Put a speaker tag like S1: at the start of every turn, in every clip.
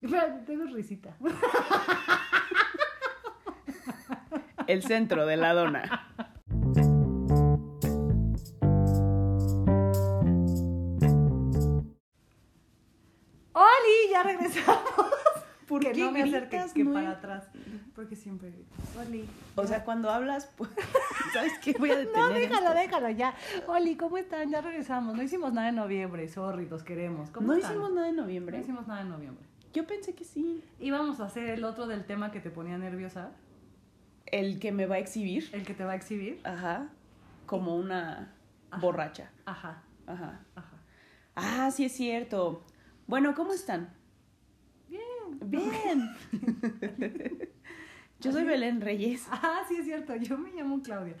S1: Espérate, tengo risita.
S2: El centro de la dona.
S1: ¡Oli! Ya regresamos.
S2: ¿Por
S1: que
S2: qué
S1: no me
S2: gritas?
S1: acerques que
S2: No
S1: para
S2: es-
S1: atrás. Porque siempre grito. Oli.
S2: O sea, cuando hablas, pues, ¿sabes qué? Voy a detener. eh?
S1: No, déjalo,
S2: esto.
S1: déjalo ya. Oli, ¿cómo están? Ya regresamos. No hicimos nada en noviembre. Sorry, los queremos. ¿Cómo
S2: No
S1: están?
S2: hicimos nada en
S1: No
S2: noviembre.
S1: hicimos nada en noviembre.
S2: Yo pensé que sí.
S1: Íbamos a hacer el otro del tema que te ponía nerviosa,
S2: El que me va a exhibir.
S1: el que te va a exhibir.
S2: Ajá. Como una
S1: Ajá.
S2: borracha.
S1: Ajá,
S2: Ajá.
S1: ajá.
S2: Ah, sí es cierto. Bueno, ¿cómo están?
S1: Bien.
S2: Bien. Yo soy Belén Reyes.
S1: Ah, sí, es cierto. Yo me llamo Claudia.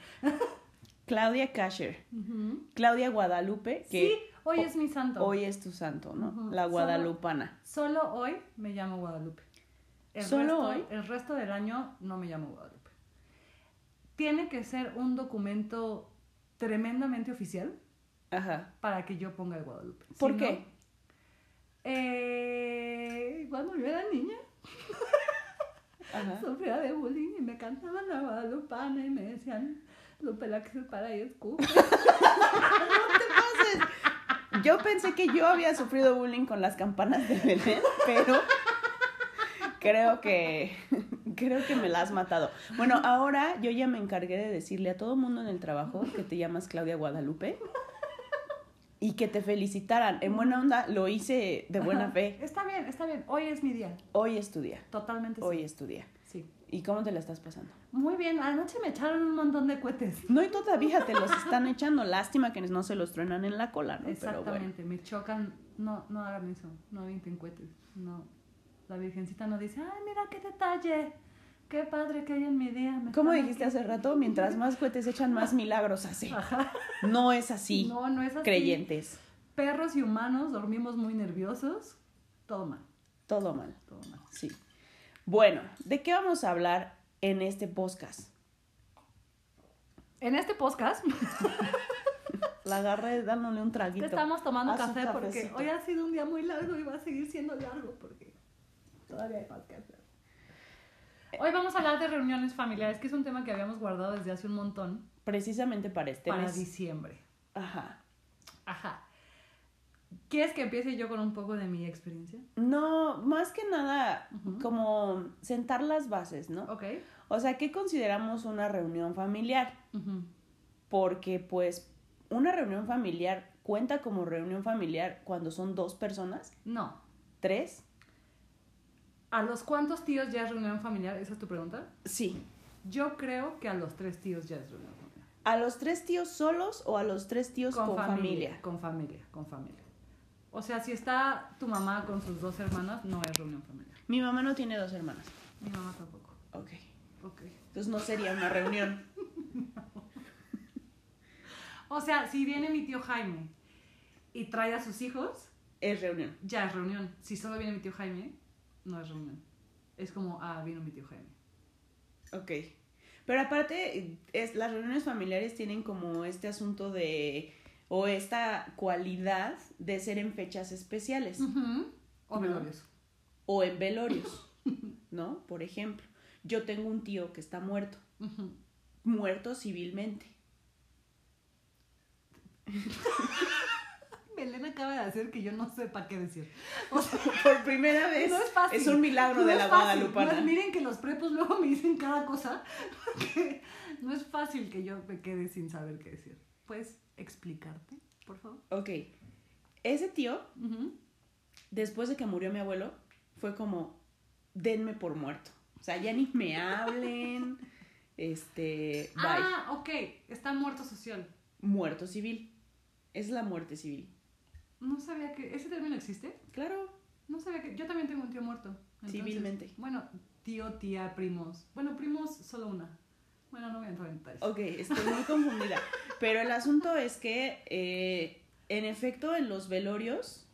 S2: Claudia Casher. Claudia Guadalupe, que
S1: Sí, hoy es mi santo.
S2: hoy es tu santo, ¿no?
S1: Ujú.
S2: La
S1: Solo-
S2: guadalupana.
S1: Solo hoy me llamo Guadalupe.
S2: ¿Solo
S1: resto-
S2: hoy?
S1: El resto del año no me llamo Guadalupe. Tiene que ser un documento tremendamente oficial
S2: Ajá.
S1: para que yo ponga el Guadalupe.
S2: ¿Por
S1: Si
S2: qué?
S1: no, eh, cuando yo era niña,
S2: Ajá.
S1: sufría de bullying y me cantaban la Guadalupana y me decían, Lupe la que se para y escupe.
S2: Yo pensé que yo había sufrido bullying con las campanas de Belén, pero creo que creo que me la has matado. Bueno, ahora yo ya me encargué de decirle a todo mundo en el trabajo que te llamas Claudia Guadalupe y que te felicitaran. En buena onda lo hice de buena fe.
S1: Está bien, está bien. Hoy es mi día.
S2: Hoy es tu día.
S1: Totalmente sí.
S2: Hoy es tu día.
S1: Sí.
S2: ¿Y cómo te la estás pasando?
S1: Muy bien, anoche me echaron un montón de cohetes.
S2: No, y todavía te los están echando. Lástima que no se los truenan en la cola, ¿no? Pero bueno.
S1: Exactamente, me chocan. No, no hagan eso, no avienten cohetes. No. La virgencita no dice, ay, mira qué detalle, qué padre que hay en mi día. me
S2: Como
S1: están
S2: dijiste
S1: aquí".
S2: hace rato, mientras más cohetes echan, más milagros hace.
S1: Ajá.
S2: No es así,
S1: No, no es así.
S2: creyentes.
S1: Perros y humanos dormimos muy nerviosos. Todo mal,
S2: Todo mal,
S1: todo mal.
S2: sí. Bueno, ¿de qué vamos a hablar en este podcast?
S1: En este podcast
S2: La agarré dándole un
S1: te
S2: traguito.
S1: estamos tomando
S2: a su
S1: café porque
S2: cafecito.
S1: hoy ha sido un día muy largo y va a seguir siendo largo porque todavía hay podcast. Hoy vamos a hablar de reuniones familiares, que es un tema que habíamos guardado desde hace un montón
S2: Precisamente para este
S1: para
S2: mes.
S1: diciembre.
S2: Ajá.
S1: Ajá. ¿Quieres que empiece yo con un poco de mi experiencia?
S2: No, más que nada,
S1: Ujú.
S2: como sentar las bases, ¿no?
S1: Ok.
S2: O sea, ¿qué consideramos una reunión familiar?
S1: Ujú.
S2: Porque, pues, una reunión familiar cuenta como reunión familiar cuando son dos personas,
S1: No.
S2: tres.
S1: ¿A los cuántos tíos ya es reunión familiar? ¿Esa es tu pregunta?
S2: Sí,
S1: Yo creo que a los tres tíos ya es reunión familiar.
S2: ¿A los tres tíos solos o a los tres tíos con, familia?
S1: Con familia, con familia. O sea, si está tu mamá con sus dos hermanas, no es reunión familiar.
S2: Mi mamá no tiene dos hermanas.
S1: Mi mamá tampoco.
S2: Ok.
S1: Ok.
S2: Entonces no sería una reunión.
S1: O sea, si viene mi tío Jaime y trae a sus hijos,
S2: Es reunión.
S1: ya es reunión. Si solo viene mi tío Jaime, no es reunión. Es como, ah, vino mi tío Jaime.
S2: Ok. Pero aparte, es, las reuniones familiares tienen como este asunto de... o esta cualidad de ser en fechas especiales.
S1: O velorios.
S2: O en velorios, ¿no? Por ejemplo, yo tengo un tío que está muerto.
S1: Ujú.
S2: Muerto civilmente.
S1: Belén acaba de hacer que yo no sepa qué decir. O sea,
S2: Por primera vez.
S1: no es fácil.
S2: un milagro
S1: No
S2: de
S1: es
S2: la
S1: fácil.
S2: Guadalupana.
S1: No es- miren que los prepos luego me dicen cada cosa. porque no es fácil que yo me quede sin saber qué decir. ¿Puedes explicarte, por favor?
S2: Ok. Ese tío
S1: Ujú.
S2: después de que murió mi abuelo, fue como, denme por muerto. O sea, ya ni me hablen, este, bye.
S1: Ah, ok. Está muerto social.
S2: Muerto civil. Es la muerte civil.
S1: No sabía que. ¿Ese término existe?
S2: Claro.
S1: No sabía que. Yo también tengo un tío muerto. entonces-
S2: Civilmente.
S1: Bueno, tío, tía, primos. Bueno, primos, solo una. Bueno, no voy a entrar en detalles.
S2: Ok, estoy muy confundida. Pero el asunto es que, eh, en efecto, en los velorios,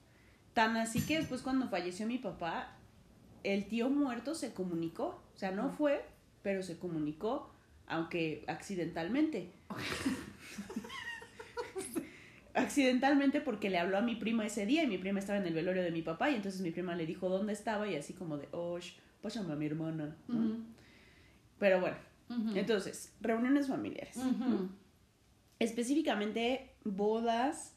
S2: tan así que después cuando falleció mi papá, el tío muerto se comunicó. O sea, no
S1: Ajá.
S2: fue, pero se comunicó, aunque accidentalmente. accidentalmente porque le habló a mi prima ese día y mi prima estaba en el velorio de mi papá y entonces mi prima le dijo dónde estaba y así como de, oh, pásame a mi hermana. ¿no?
S1: Ujú,
S2: Pero bueno,
S1: ujú,
S2: entonces, reuniones familiares.
S1: ujú.
S2: Específicamente bodas.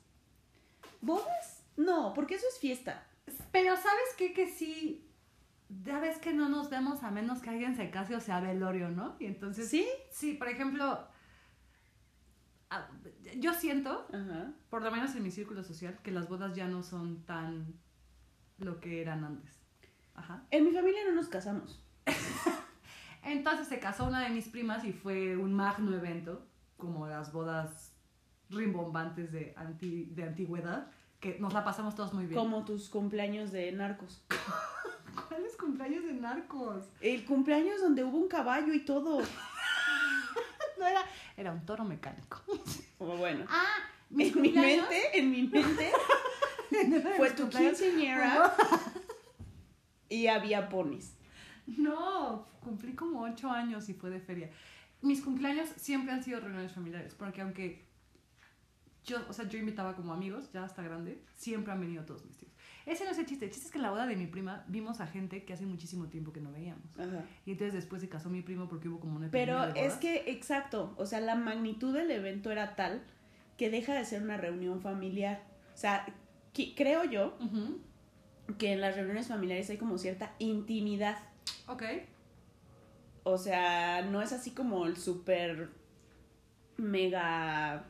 S2: ¿Bodas? No, porque eso es fiesta.
S1: Pero ¿sabes qué? Que sí, ya ves que no nos vemos a menos que alguien se case o sea velorio, ¿no? Y entonces,
S2: ¿Sí?
S1: sí, por ejemplo, ah, yo siento,
S2: Ajá.
S1: por lo menos en mi círculo social, que las bodas ya no son tan lo que eran antes. Ajá.
S2: En mi familia no nos casamos.
S1: Entonces se casó una de mis primas y fue un magno evento, como las bodas rimbombantes de, anti- de antigüedad, que nos la pasamos todos muy bien.
S2: Como tus cumpleaños de narcos.
S1: ¿Cuáles cumpleaños de narcos?
S2: El cumpleaños donde hubo un caballo y todo.
S1: No era, era un toro mecánico.
S2: O bueno.
S1: Ah, mis
S2: En mi
S1: cumpleaños.
S2: mente, en mi mente, fue tu
S1: cumpleaños.
S2: quinceañera y había ponis.
S1: No, cumplí como ocho años y fue de feria. Mis cumpleaños siempre han sido reuniones familiares, porque aunque yo, o sea, yo invitaba como amigos, ya hasta grande, siempre han venido todos mis tíos. Ese no es el chiste, el chiste es que en la boda de mi prima vimos a gente que hace muchísimo tiempo que no veíamos.
S2: Ajá.
S1: Y entonces después se casó mi primo porque hubo como una
S2: Pero
S1: epidemia de
S2: es
S1: bodas.
S2: que, exacto, o sea, la magnitud del evento era tal que deja de ser una reunión familiar. O sea, qui- creo yo
S1: Ujú,
S2: que en las reuniones familiares hay como cierta intimidad.
S1: Ok.
S2: O sea, no es así como el súper mega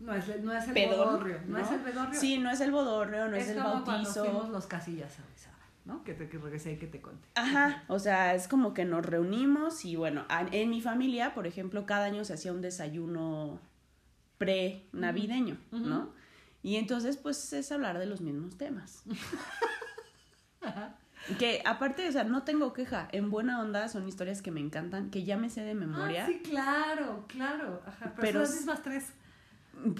S1: No es, no es el
S2: pedorrio.
S1: bedorrio, no, es el bedorrio.
S2: Sí, no es el bodorrio, no es,
S1: es,
S2: el
S1: como cuando fuimos
S2: bautizo.
S1: los casillas a Orizaba, ¿no? Que te que regresé y que te conté.
S2: Ajá, o sea, es como que nos reunimos y bueno, a- en mi familia, por ejemplo, cada año se hacía un desayuno pre-navideño,
S1: Ujú.
S2: ¿no? Y entonces, pues es hablar de los mismos temas. que aparte, o sea, no tengo queja, en buena onda son historias que me encantan, que ya me sé de memoria,
S1: Ah, sí, claro, claro. Ajá, pero,
S2: Pero
S1: son las
S2: s-
S1: mismas tres.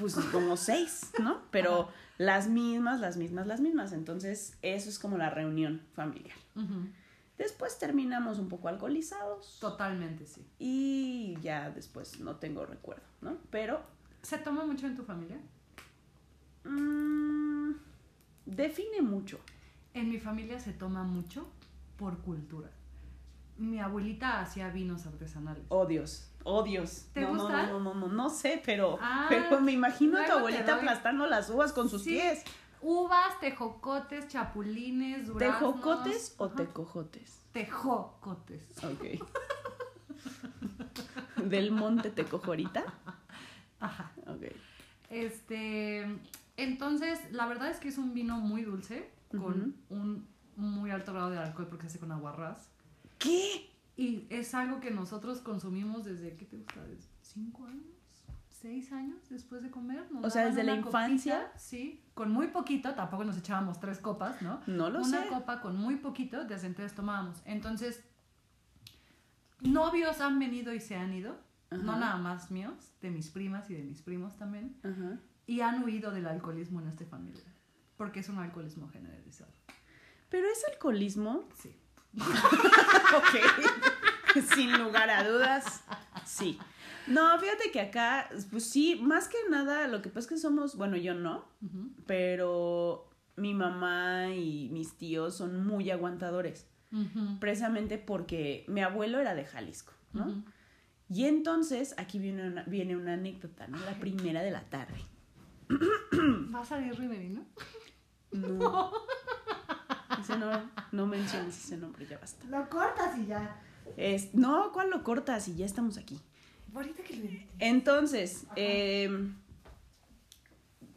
S2: pues como seis, ¿no? Pero las mismas, las mismas, las mismas. Entonces, eso es como la reunión familiar. Después terminamos un poco alcoholizados.
S1: Totalmente, sí.
S2: Y ya después no tengo recuerdo, ¿no? Pero
S1: ¿Se toma mucho en tu familia?
S2: mm, define mucho.
S1: En mi familia se toma mucho por cultura. Mi abuelita hacía vinos artesanales.
S2: Odios, odios.
S1: ¿Te
S2: no, no,
S1: gustan?
S2: No, no, no, no, no sé, pero,
S1: Ah,
S2: pero me imagino a
S1: luego
S2: tu
S1: te
S2: abuelita
S1: doy.
S2: aplastando las uvas con sus
S1: Sí,
S2: pies.
S1: Uvas, tejocotes, chapulines, duraznos.
S2: ¿Tejocotes o
S1: Ajá.
S2: tecojotes?
S1: Tejocotes.
S2: Ok. Del monte tecojorita.
S1: Ajá.
S2: Ok.
S1: Este, entonces, la verdad es que es un vino muy dulce con un muy alto grado de alcohol porque se hace con aguarrás.
S2: ¿Qué?
S1: Y es algo que nosotros consumimos desde, ¿qué te gusta? ¿Desde ¿Cinco años? ¿Seis años después de comer? Nos
S2: O sea,
S1: daban
S2: desde la
S1: una
S2: infancia.
S1: copita, sí, con muy poquito, tampoco nos echábamos tres copas, ¿no?
S2: No lo
S1: una
S2: sé.
S1: copa con muy poquito, desde entonces tomábamos. Entonces, novios han venido y se han ido, no
S2: Ajá.
S1: nada más míos, de mis primas y de mis primos también,
S2: Ajá.
S1: y han huido del alcoholismo en esta familia, porque es un alcoholismo generalizado.
S2: Pero es alcoholismo
S1: Sí.
S2: Ok. Sin lugar a dudas, sí. No, fíjate que acá, pues sí, más que nada, lo que pasa es que somos, bueno, yo no,
S1: Ujú.
S2: pero mi mamá y mis tíos son muy aguantadores,
S1: Ujú.
S2: precisamente porque mi abuelo era de Jalisco, ¿no?
S1: Ujú.
S2: Y entonces, aquí viene una, viene una anécdota, ¿no? La primera de la tarde. Mm.
S1: ¿Va a salir Riverino?
S2: No. Ese no, no menciones ese nombre, ya basta.
S1: Lo cortas y ya.
S2: Es, no, ¿cuál lo cortas? Y ya estamos aquí.
S1: Ahorita que le...
S2: Entonces,
S1: Ajá.
S2: eh,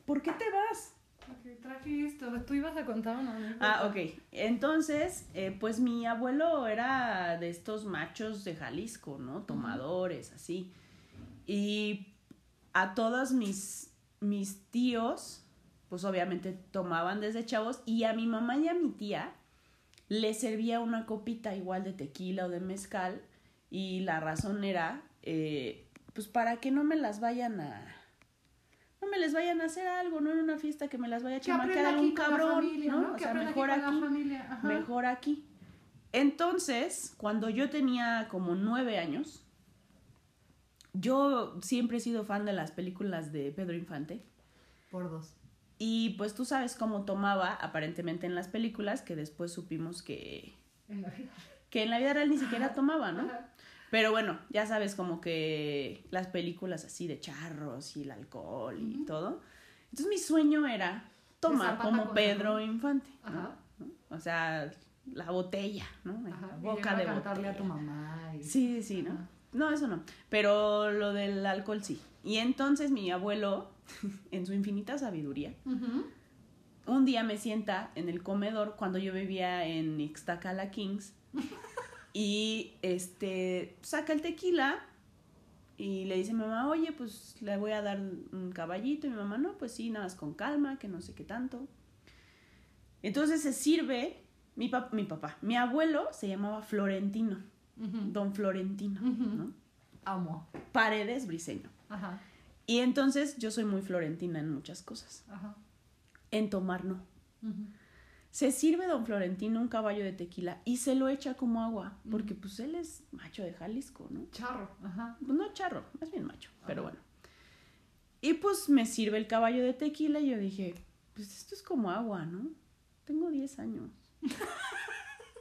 S2: ¿por qué te vas?
S1: Porque traje esto, tú ibas a contar una anécdota.
S2: Ah, ok. Entonces, eh, pues mi abuelo era de estos machos de Jalisco, ¿no? Tomadores, así. Y a todos mis, mis tíos, pues obviamente tomaban desde chavos, y a mi mamá y a mi tía le servía una copita igual de tequila o de mezcal, y la razón era, eh, pues para que no me las vayan a... No me les vayan a hacer algo, no en una fiesta que me las vaya a
S1: Que aprenda aquí
S2: chamaquear algún
S1: con la
S2: cabrón,
S1: familia,
S2: ¿no?
S1: ¿no?
S2: O
S1: Que
S2: sea,
S1: aprenda
S2: mejor
S1: aquí con
S2: aquí
S1: la familia. Ajá.
S2: mejor aquí. Entonces, cuando yo tenía como nueve años, yo siempre he sido fan de las películas de Pedro Infante
S1: Por dos.
S2: Y pues tú sabes cómo tomaba aparentemente en las películas, que después supimos que,
S1: En la vida.
S2: que en la vida real ni siquiera tomaba, ¿no?
S1: Ajá.
S2: Pero bueno, ya sabes como que las películas así de charros y el alcohol y
S1: Ujú.
S2: todo. Entonces mi sueño era tomar
S1: Zapata
S2: como
S1: con
S2: Pedro
S1: limón.
S2: Infante, ¿no?
S1: Ajá.
S2: ¿no? O sea, la botella, ¿no?
S1: Ajá.
S2: la
S1: Y
S2: boca
S1: llegar a
S2: de
S1: cantarle
S2: botella.
S1: a tu mamá. Y...
S2: Sí, sí, sí, ¿no?
S1: Ajá.
S2: No, eso no. Pero lo del alcohol sí. Y entonces mi abuelo, en su infinita sabiduría,
S1: Ujú.
S2: un día me sienta en el comedor cuando yo vivía en Ixtacala Kings y este saca el tequila y le dice a mi mamá, oye, pues le voy a dar un caballito. Y mi mamá, no, pues sí, nada más con calma, que no sé qué tanto. Entonces se sirve, mi, pap- mi papá, mi abuelo se llamaba Florentino,
S1: Ujú.
S2: don Florentino,
S1: Ujú.
S2: ¿no?
S1: Amo.
S2: Paredes Briseño.
S1: Ajá.
S2: Y entonces yo soy muy florentina en muchas cosas,
S1: Ajá.
S2: en tomar no.
S1: Ujú.
S2: Se sirve don Florentino un caballo de tequila y se lo echa como agua, porque pues él es macho de Jalisco, ¿no? Pues,
S1: Charro. Ajá.
S2: No charro, más bien macho, pero
S1: Ajá.
S2: bueno. Y pues me sirve el caballo de tequila y yo dije, pues esto es como agua, ¿no? Tengo 10 años.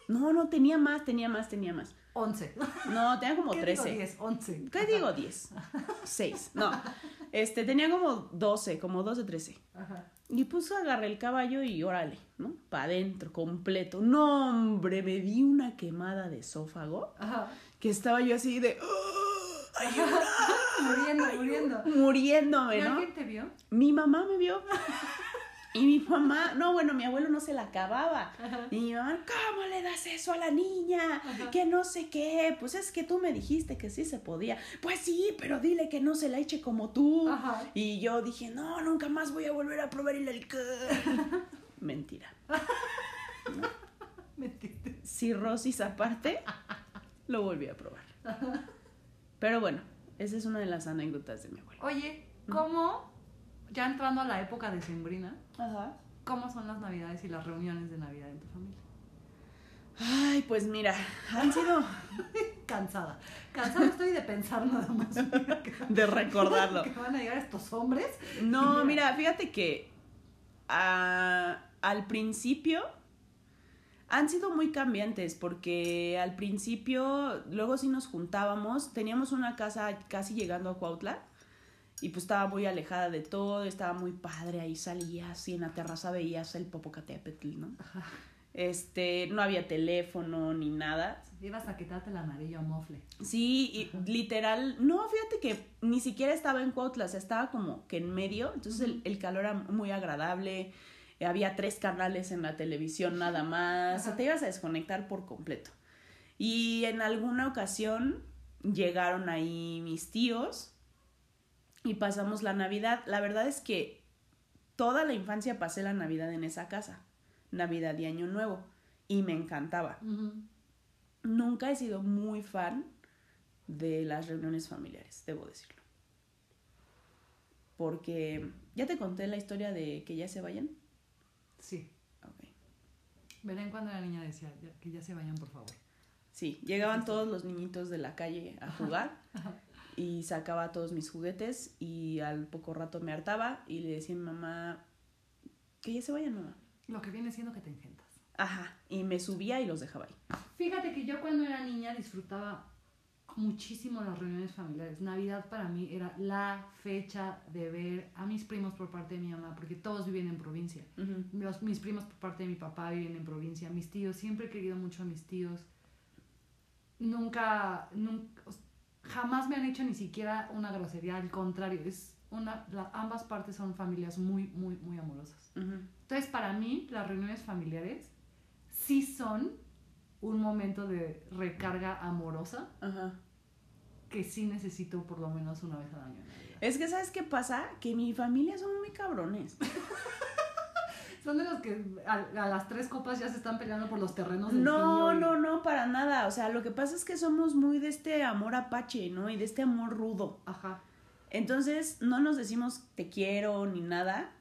S2: No, no, tenía más, tenía más, tenía más.
S1: Once.
S2: No, tenía como
S1: ¿Qué
S2: 13.
S1: digo diez? Once.
S2: ¿Qué
S1: Ajá.
S2: digo 10? 6. No, este, tenía como 12, como 12, 13.
S1: Ajá.
S2: Y pues agarré el caballo y órale, ¿no? Pa' adentro, completo. No, hombre, me di una quemada de esófago
S1: Ajá.
S2: que estaba yo así de... "Ah",
S1: Muriendo, muriendo.
S2: Muriéndome,
S1: ¿Y
S2: ¿no?
S1: alguien te vio?
S2: Mi mamá me vio. Y mi mamá, no, bueno, mi abuelo no se la acababa. Y mi mamá, ¿cómo le das eso a la niña? Que no sé qué. Pues es que tú me dijiste que sí se podía. Pues sí, pero dile que no se la eche como tú.
S1: Ajá.
S2: Y yo dije, no, nunca más voy a volver a probar el alcohol. Mentira.
S1: Metiste.
S2: cirrosis aparte, lo volví a probar. Pero bueno, esa es una de las anécdotas de mi abuelo.
S1: Oye,
S2: Mm.
S1: ¿cómo? Ya entrando a la época de Sembrina,
S2: Ajá.
S1: ¿cómo son las navidades y las reuniones de Navidad en tu familia?
S2: Ay, pues mira, han sido
S1: Cansada. Cansada estoy de pensar nada más.
S2: de recordarlo.
S1: Que van a llegar estos hombres.
S2: No, mira, fíjate que ah, al principio han sido muy cambiantes porque al principio luego sí nos juntábamos, teníamos una casa casi llegando a Cuautla y pues estaba muy alejada de todo, estaba muy padre, ahí salías y en la terraza veías el Popocatépetl, ¿no? Este, no había teléfono ni nada,
S1: Ibas a quitarte el amarillo mofle.
S2: Sí, y literal, no, fíjate que ni siquiera estaba en Cuautla, o sea, estaba como que en medio, entonces el, el calor era muy agradable, eh, había tres canales en la televisión nada más, o sea,
S1: Ajá.
S2: te ibas a desconectar por completo. Y en alguna ocasión llegaron ahí mis tíos y pasamos la Navidad. La verdad es que toda la infancia pasé la Navidad en esa casa, Navidad y Año Nuevo, y me encantaba nunca he sido muy fan de las reuniones familiares, debo decirlo. Porque ya te conté la historia de que ya se vayan.
S1: Sí.
S2: Ok.
S1: Verán cuando la niña decía "Ya- que ya se vayan, por favor.
S2: Sí, llegaban todos los niñitos de la calle a jugar y sacaba todos mis juguetes y al poco rato me hartaba y le decía a mi mamá que ya se vayan, mamá.
S1: Lo que viene siendo que te engentas.
S2: Ajá, y me subía y los dejaba ahí.
S1: Fíjate que yo cuando era niña disfrutaba muchísimo las reuniones familiares. Navidad para mí era la fecha de ver a mis primos por parte de mi mamá, porque todos viven en provincia.
S2: Ujú.
S1: Los- mis primos por parte de mi papá viven en provincia. Mis tíos, siempre he querido mucho a mis tíos. Nunca, nunca o s- jamás me han hecho ni siquiera una grosería, al contrario, es una, la- ambas partes son familias muy, muy, muy amorosas.
S2: Ujú.
S1: Entonces, para mí, las reuniones familiares sí son un momento de recarga amorosa
S2: Ajá.
S1: que sí necesito por lo menos una vez al año. en Navidad.
S2: Es que, ¿sabes qué pasa? Que mi familia son muy cabrones.
S1: Son de los que a, a las tres copas ya se están peleando por los terrenos. del
S2: No,
S1: tío y-
S2: no, no, para nada. O sea, lo que pasa es que somos muy de este amor apache, ¿no? Y de este amor rudo.
S1: Ajá.
S2: Entonces, no nos decimos te quiero ni nada,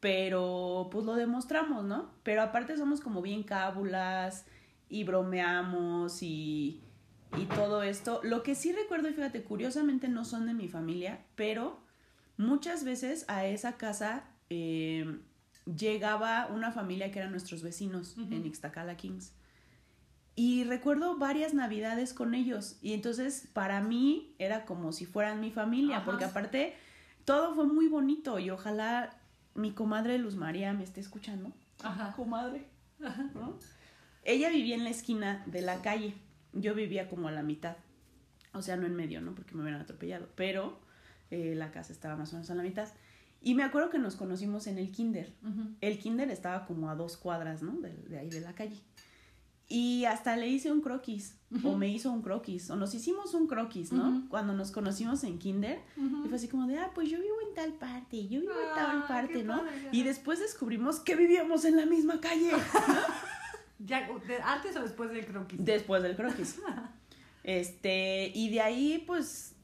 S2: pero pues lo demostramos, ¿no? Pero aparte somos como bien cábulas y bromeamos y, y todo esto. Lo que sí recuerdo, y fíjate, curiosamente no son de mi familia, pero Muchas veces a esa casa eh, llegaba una familia que eran nuestros vecinos
S1: Ujú.
S2: en Ixtacala Kings. Y recuerdo varias navidades con ellos. Y entonces para mí era como si fueran mi familia,
S1: Ajá.
S2: porque aparte todo fue muy bonito. Y ojalá mi comadre Luz María me esté escuchando.
S1: Ajá.
S2: Comadre. ¿no? Ella vivía en la esquina de la calle. Yo vivía como a la mitad. O sea, no en medio, ¿no? Porque me hubieran atropellado. Pero eh, la casa estaba más o menos a la mitad. Y me acuerdo que nos conocimos en el kinder.
S1: Ujú.
S2: El kinder estaba como a dos cuadras, ¿no? De, de ahí de la calle. Y hasta le hice un croquis. O me hizo un croquis. O nos hicimos un croquis, ¿no?
S1: Ujú.
S2: Cuando nos conocimos en kinder. Y fue así como de, ah, pues yo vivo en tal parte. Yo vivo en tal
S1: Ah,
S2: parte,
S1: qué
S2: ¿no?
S1: padre,
S2: Y
S1: ajá.
S2: después descubrimos que vivíamos en la misma calle.
S1: Ya, de- antes o después del croquis.
S2: Después del croquis. Este, y de ahí, pues,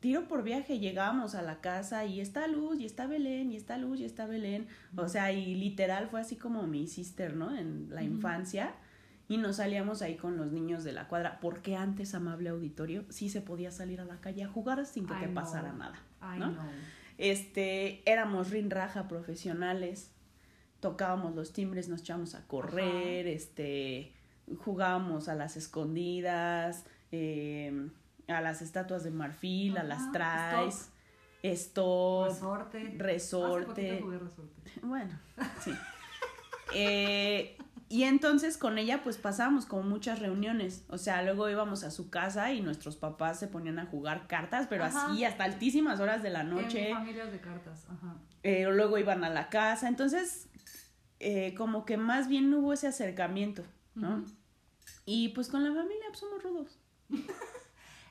S2: tiro por viaje, llegamos a la casa y está Luz, y está Belén, y está Luz, y está Belén. O sea, y literal fue así como mi sister, ¿no? En la
S1: Ujú.
S2: infancia. Y nos salíamos ahí con los niños de la cuadra, porque antes, amable auditorio, sí se podía salir a la calle a jugar sin que
S1: Ay,
S2: te
S1: no.
S2: pasara nada.
S1: Ay,
S2: ¿no?
S1: no.
S2: Este, éramos rinraja profesionales, tocábamos los timbres, nos echábamos a correr, este, jugábamos a las escondidas, eh, a las estatuas de marfil, a las
S1: Ajá,
S2: traes, stop,
S1: Resorte. Hace
S2: resorte.
S1: poquito jugué resorte.
S2: Bueno, sí. Eh, y entonces con ella pues pasábamos como muchas reuniones, o sea, luego íbamos a su casa y nuestros papás se ponían a jugar cartas, pero
S1: Ajá.
S2: así hasta altísimas horas de la noche.
S1: En familias de cartas. Ajá.
S2: Eh, luego iban a la casa, entonces eh, como que más bien hubo ese acercamiento, ¿no?
S1: Ujú.
S2: Y pues con la familia pues, somos rudos.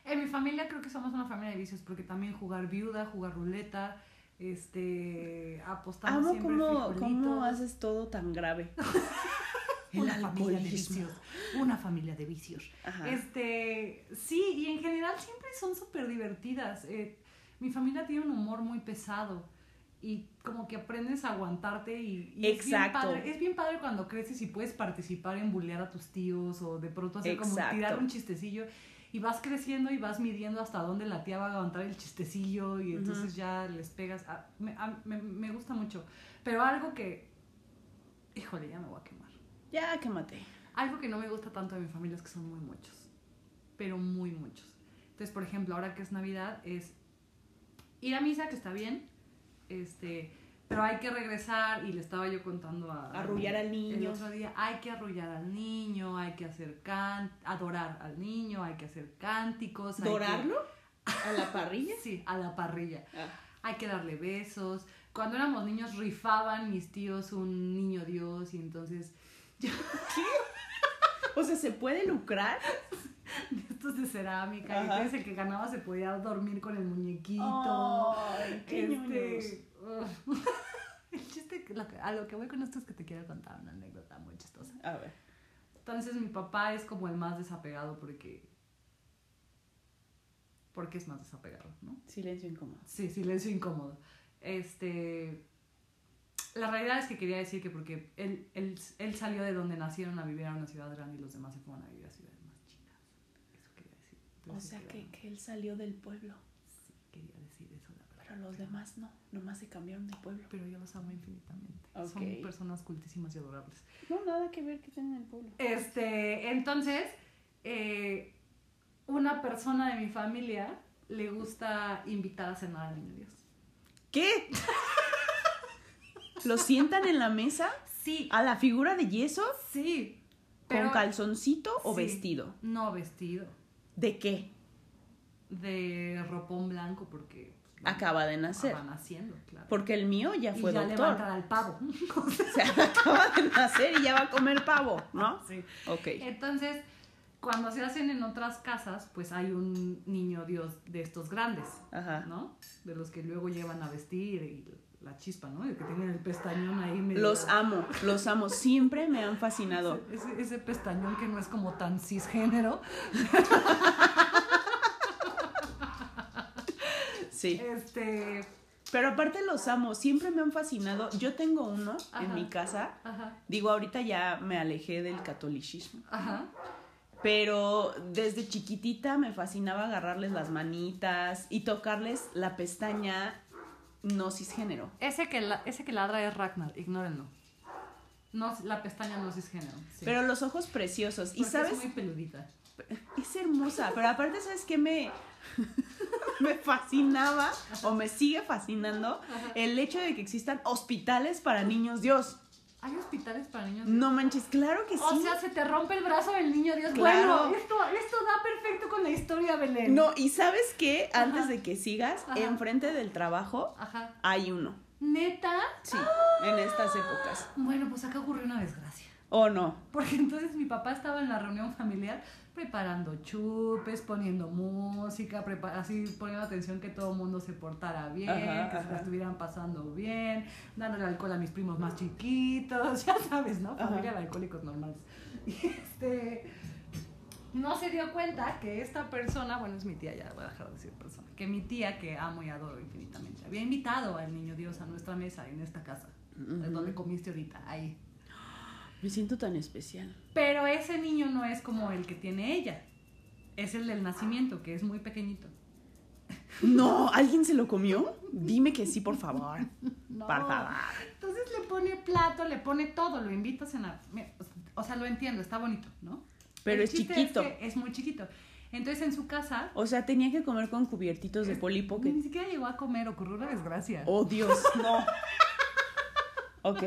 S1: En mi familia creo que somos una familia de vicios porque también jugar viuda, jugar ruleta, este, apostamos
S2: Amo
S1: siempre
S2: cómo, cómo
S1: frijolitos.
S2: haces todo tan grave. El
S1: una familia de
S2: alcoholismo.
S1: vicios, una familia de vicios.
S2: Ajá.
S1: Este, sí, y en general siempre son súper divertidas. Eh, mi familia tiene un humor muy pesado y como que aprendes a aguantarte y, y
S2: Exacto.
S1: Es, bien padre, es bien padre cuando creces y puedes participar en bulear a tus tíos o de pronto hacer como
S2: Exacto.
S1: tirar un chistecillo y vas creciendo y vas midiendo hasta dónde la tía va a aguantar el chistecillo y entonces ya les pegas. Ah, me, a- me- me gusta mucho, pero algo que, híjole, ya me voy a quemar.
S2: Ya quémate.
S1: Algo que no me gusta tanto de mi familia es que son muy muchos, pero muy muchos. Entonces, por ejemplo, ahora que es Navidad es ir a misa, que está bien, este, pero hay que regresar y le estaba yo contando a...
S2: Arrullar al
S1: El
S2: niño.
S1: otro día, hay que arrullar al niño, hay que hacer can adorar al niño, hay que hacer cánticos. hay que-
S2: ¿Dorarlo? ¿A la parrilla?
S1: Sí, a la parrilla.
S2: Ah,
S1: Hay que darle besos. Cuando éramos niños rifaban mis tíos un niño Dios y entonces
S2: O sea, ¿se puede lucrar?
S1: de estos de cerámica.
S2: Ajá.
S1: Y entonces el que ganaba se podía dormir con el muñequito.
S2: Ay, Oh, qué ñoños.
S1: este, ugh. el chiste, que- lo que- a lo que voy con esto es que te quiero contar una anécdota muy chistosa.
S2: A ver.
S1: Entonces mi papá es como el más desapegado porque... Porque es más desapegado, ¿no?
S2: Silencio incómodo.
S1: Sí, silencio incómodo. Este. La realidad es que quería decir que porque él, él, él salió de donde nacieron a vivir a una ciudad grande y los demás se fueron a vivir a ciudades más chicas. Eso quería decir.
S2: O
S1: Entonces,
S2: sea,
S1: quería-
S2: que, que él salió del pueblo,
S1: Sí, quería decir eso, la verdad.
S2: pero los demás no. Nomás se cambiaron de pueblo.
S1: Pero yo los amo infinitamente.
S2: Ok.
S1: Son personas cultísimas y adorables.
S2: No, nada que ver que tienen el pueblo.
S1: Este, entonces, eh, una persona de mi familia le gusta invitar a cenar al niño Dios.
S2: ¿Qué? ¿Lo sientan en la mesa?
S1: Sí,
S2: ¿A la figura de yeso?
S1: Ah, sí.
S2: ¿Con calzoncito o
S1: Sí.
S2: vestido?
S1: No vestido.
S2: ¿De qué?
S1: De ropón blanco porque... pues, van-
S2: Acaba de nacer.
S1: Van haciendo, claro.
S2: Porque el mío Ah, ya
S1: y
S2: fue
S1: ya
S2: doctor.
S1: levantan al pavo.
S2: O sea, acaba de nacer y ya va a comer pavo, ¿no?
S1: Sí.
S2: Ok.
S1: Entonces, cuando se hacen en otras casas, pues hay un niño dios de estos grandes,
S2: Ajá.
S1: ¿no? De los que luego llevan a vestir y la chispa, ¿no? El que tienen el pestañón ahí medio...
S2: Los amo, los amo. Siempre me han fascinado.
S1: ese, ese pestañón que no es como tan cisgénero.
S2: Sí.
S1: Este...
S2: Pero aparte los amo, siempre me han fascinado. Yo tengo uno en
S1: Ajá.
S2: mi casa.
S1: Ajá,
S2: Digo, ahorita ya me alejé del catolicismo.
S1: ajá.
S2: Pero desde chiquitita me fascinaba agarrarles las manitas y tocarles la pestaña no cisgénero.
S1: Ese que, la- ese que ladra es Ragnar, ignórenlo. No, la pestaña no es cisgénero. sí.
S2: Pero los ojos preciosos.
S1: Porque
S2: y sabes,
S1: Es muy peludita.
S2: es hermosa. Pero aparte, ¿sabes qué me, me fascinaba o me sigue fascinando? El hecho de que existan hospitales para niños Dios.
S1: ¿Hay hospitales para niños?
S2: No manches, claro que sí.
S1: O sea, se te rompe el brazo del niño, Dios.
S2: Claro.
S1: Bueno, esto, esto da perfecto con la historia, Belén.
S2: no, y sabes qué, antes
S1: Ajá.
S2: de que sigas,
S1: Ajá.
S2: enfrente del trabajo
S1: Ajá.
S2: hay uno.
S1: ¿Neta?
S2: Sí,
S1: ¡Ah!
S2: en estas épocas.
S1: Bueno, pues acá ocurrió una desgracia.
S2: ¿O no?
S1: Porque entonces mi papá estaba en la reunión familiar preparando chupes, poniendo música, prepa- así poniendo atención que todo el mundo se portara bien,
S2: Ajá,
S1: que se la
S2: ajá.
S1: estuvieran pasando bien, dándole alcohol a mis primos más chiquitos, ya sabes, ¿no?
S2: Ajá.
S1: Familia de alcohólicos normales. Y este no se dio cuenta que esta persona, bueno, es mi tía, ya voy a dejar de decir persona, que mi tía, que amo y adoro infinitamente, había invitado al niño Dios a nuestra mesa en esta casa,
S2: Ujú.
S1: donde comiste ahorita, ahí.
S2: Me siento tan especial.
S1: Pero ese niño no es como el que tiene ella. Es el del nacimiento, que es muy pequeñito.
S2: No, ¿alguien se lo comió? Dime que sí, por favor.
S1: No.
S2: Por favor.
S1: Entonces le pone plato, le pone todo, lo invita a cenar. Me- O sea, lo entiendo, está bonito, ¿no?
S2: Pero
S1: El
S2: es
S1: chiste
S2: chiquito.
S1: Es, que es muy chiquito. Entonces en su casa
S2: O sea, tenía que comer con cubiertitos de polipo que...
S1: ni siquiera llegó a comer, ocurrió una desgracia.
S2: Oh, Dios, no. Ok.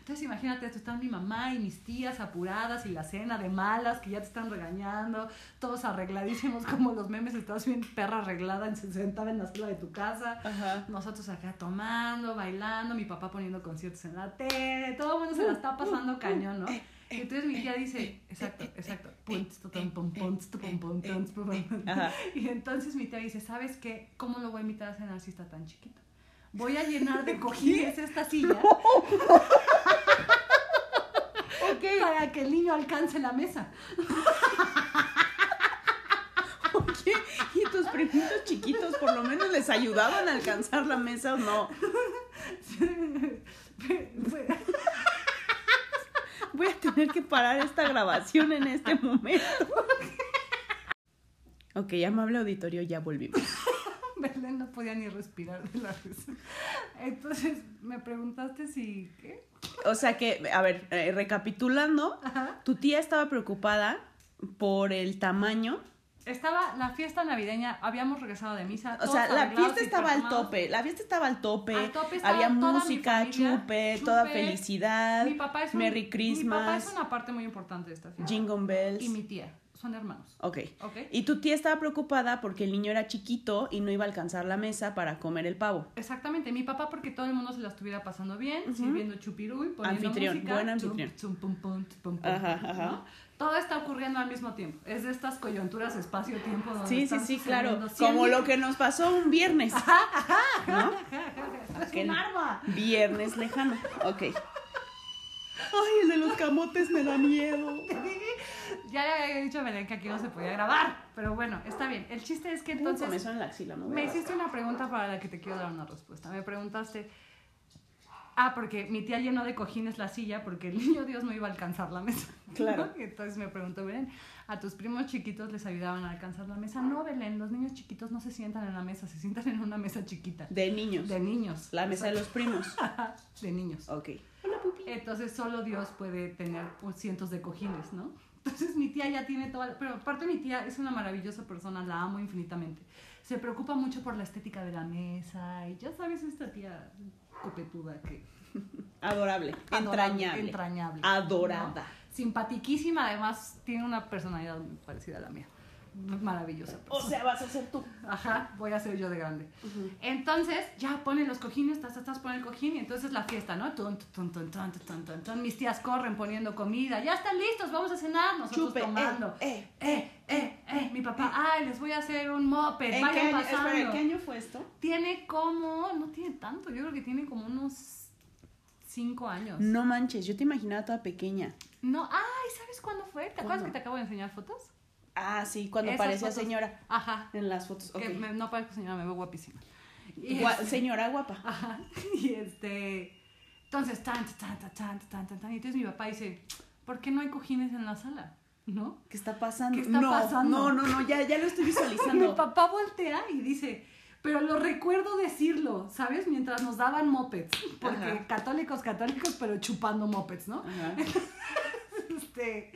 S1: Entonces imagínate, esto están mi mamá y mis tías apuradas y la cena de malas que ya te están regañando, todos arregladísimos como los memes, estás bien perra arreglada en sentada en la sala de tu casa.
S2: Ajá.
S1: Nosotros acá tomando, bailando, mi papá poniendo conciertos en la tele, todo el mundo se la está pasando cañón, ¿no? Y entonces mi tía dice, exacto, exacto, pun, tstu, tum, pum, pun, tstu, pum, pum, tun, tstu, pum, pum.
S2: Ajá.
S1: Y entonces mi tía dice, ¿sabes qué? ¿Cómo lo voy a invitar a cenar si está tan chiquito? Voy a llenar de cojines esta silla
S2: Ok.
S1: para que el niño alcance la mesa.
S2: Oye, ¿y tus primitos chiquitos por lo menos les ayudaban a alcanzar la mesa o no?
S1: Fue-
S2: Voy a tener que parar esta grabación en este momento. Ok, amable auditorio, ya volvimos.
S1: Belén no podía ni respirar de la risa. Entonces me preguntaste si, ¿qué?
S2: O sea que, a ver, eh, recapitulando,
S1: Ajá.
S2: tu tía estaba preocupada por el tamaño.
S1: Estaba la fiesta navideña, habíamos regresado de misa.
S2: O
S1: todos
S2: sea, la
S1: arreglados
S2: fiesta
S1: y
S2: estaba al
S1: perfumados.
S2: tope. La fiesta estaba al tope.
S1: Al tope estaba
S2: había
S1: toda mi
S2: música,
S1: familia,
S2: chupe,
S1: chupe.
S2: toda felicidad.
S1: Mi papá es un-
S2: Merry
S1: Mi papá es
S2: Christmas.
S1: una parte muy importante de esta fiesta.
S2: Jingle Bells.
S1: Y mi tía, son hermanos.
S2: Ok.
S1: ¿Ok?
S2: Y tu tía estaba preocupada porque el niño era chiquito y no iba a alcanzar la mesa para comer el pavo.
S1: Exactamente, mi papá porque todo el mundo se la estuviera pasando bien, sirviendo chupiruy, poniendo
S2: Anfitrión,
S1: música.
S2: buen
S1: chum,
S2: anfitrión.
S1: chum, pum, pum, pum, pum,
S2: Ajá,
S1: pum,
S2: ajá.
S1: ¿no? Todo está ocurriendo al mismo tiempo. Es de estas coyunturas espacio-tiempo donde
S2: Sí, sí,
S1: están
S2: sí, claro.
S1: sucediendo cien
S2: Como
S1: mil-
S2: lo que nos pasó un viernes. ¿No?
S1: ¡Es
S2: Aquel-
S1: un arma!
S2: Viernes lejano. Ok. Ay, el de los camotes me da miedo.
S1: Ya le había dicho a Belén que aquí no se podía grabar, pero bueno, está bien. El chiste es que
S2: Entonces,
S1: entonces
S2: en la axila, me voy a
S1: me
S2: rascar.
S1: hiciste una pregunta para la que te quiero dar una respuesta. Me preguntaste, ah, porque mi tía llenó de cojines la silla porque el niño Dios no iba a alcanzar la mesa.
S2: Claro.
S1: Y Entonces me preguntó Belén, ¿a tus primos chiquitos les ayudaban a alcanzar la mesa? No, Belén, los niños chiquitos no se sientan en la mesa, se sientan en una mesa chiquita.
S2: De niños.
S1: De niños.
S2: La mesa de los primos.
S1: De niños.
S2: Ok.
S1: Entonces solo Dios puede tener pues, cientos de cojines, ¿no? Entonces mi tía ya tiene toda... la- Pero aparte mi tía es una maravillosa persona, la amo infinitamente. Se preocupa mucho por la estética de la mesa y ya sabes esta tía copetuda que...
S2: Adorable. Entrañable.
S1: Entrañable.
S2: Adorada.
S1: ¿no? Simpatiquísima, además tiene una personalidad muy parecida a la mía. Maravillosa.
S2: O
S1: persona.
S2: sea, vas a ser tú.
S1: Ajá, voy a ser yo de grande. Entonces, ya ponen los cojines, tas, tas, tas, ponen el cojín y entonces la fiesta, ¿no? Tun, tun, tun, tun, tun, tun, tun, tun. Mis tías corren poniendo comida, ya están listos, vamos a cenar, nosotros
S2: Chupe.
S1: tomando. Eh.
S2: eh, eh.
S1: eh, eh, mi papá, ay, les voy a hacer un moped,
S2: ¿En qué
S1: vayan
S2: año,
S1: pasando.
S2: espera, ¿qué año fue esto?
S1: Tiene como, no tiene tanto, yo creo que tiene como unos cinco años. No,
S2: No manches, yo te imaginaba toda pequeña.
S1: ay, ¿sabes cuándo fue? ¿Te acuerdas
S2: ¿Cuándo?
S1: que te acabo de enseñar fotos?
S2: Ah, sí, cuando
S1: Esas
S2: parecía
S1: fotos.
S2: señora.
S1: Ajá,
S2: En las fotos. ok.
S1: que me- no parezco señora, me veo guapísima. Y
S2: Gua- señora guapa.
S1: Ajá. Y este. Entonces, tan, tan, tan, tan, tan, tan, tan. Y entonces mi papá dice: ¿Por qué no hay cojines en la sala? ¿No?
S2: ¿Qué está pasando?
S1: ¿Qué está
S2: no,
S1: pasando?
S2: no, no, no, ya, ya lo estoy
S1: Mi
S2: visualizando.
S1: papá voltea y dice: Pero lo recuerdo decirlo, ¿sabes? Mientras nos daban mopeds. Porque
S2: Ajá.
S1: católicos, católicos, pero chupando mopeds, ¿no?
S2: Ajá.
S1: Este,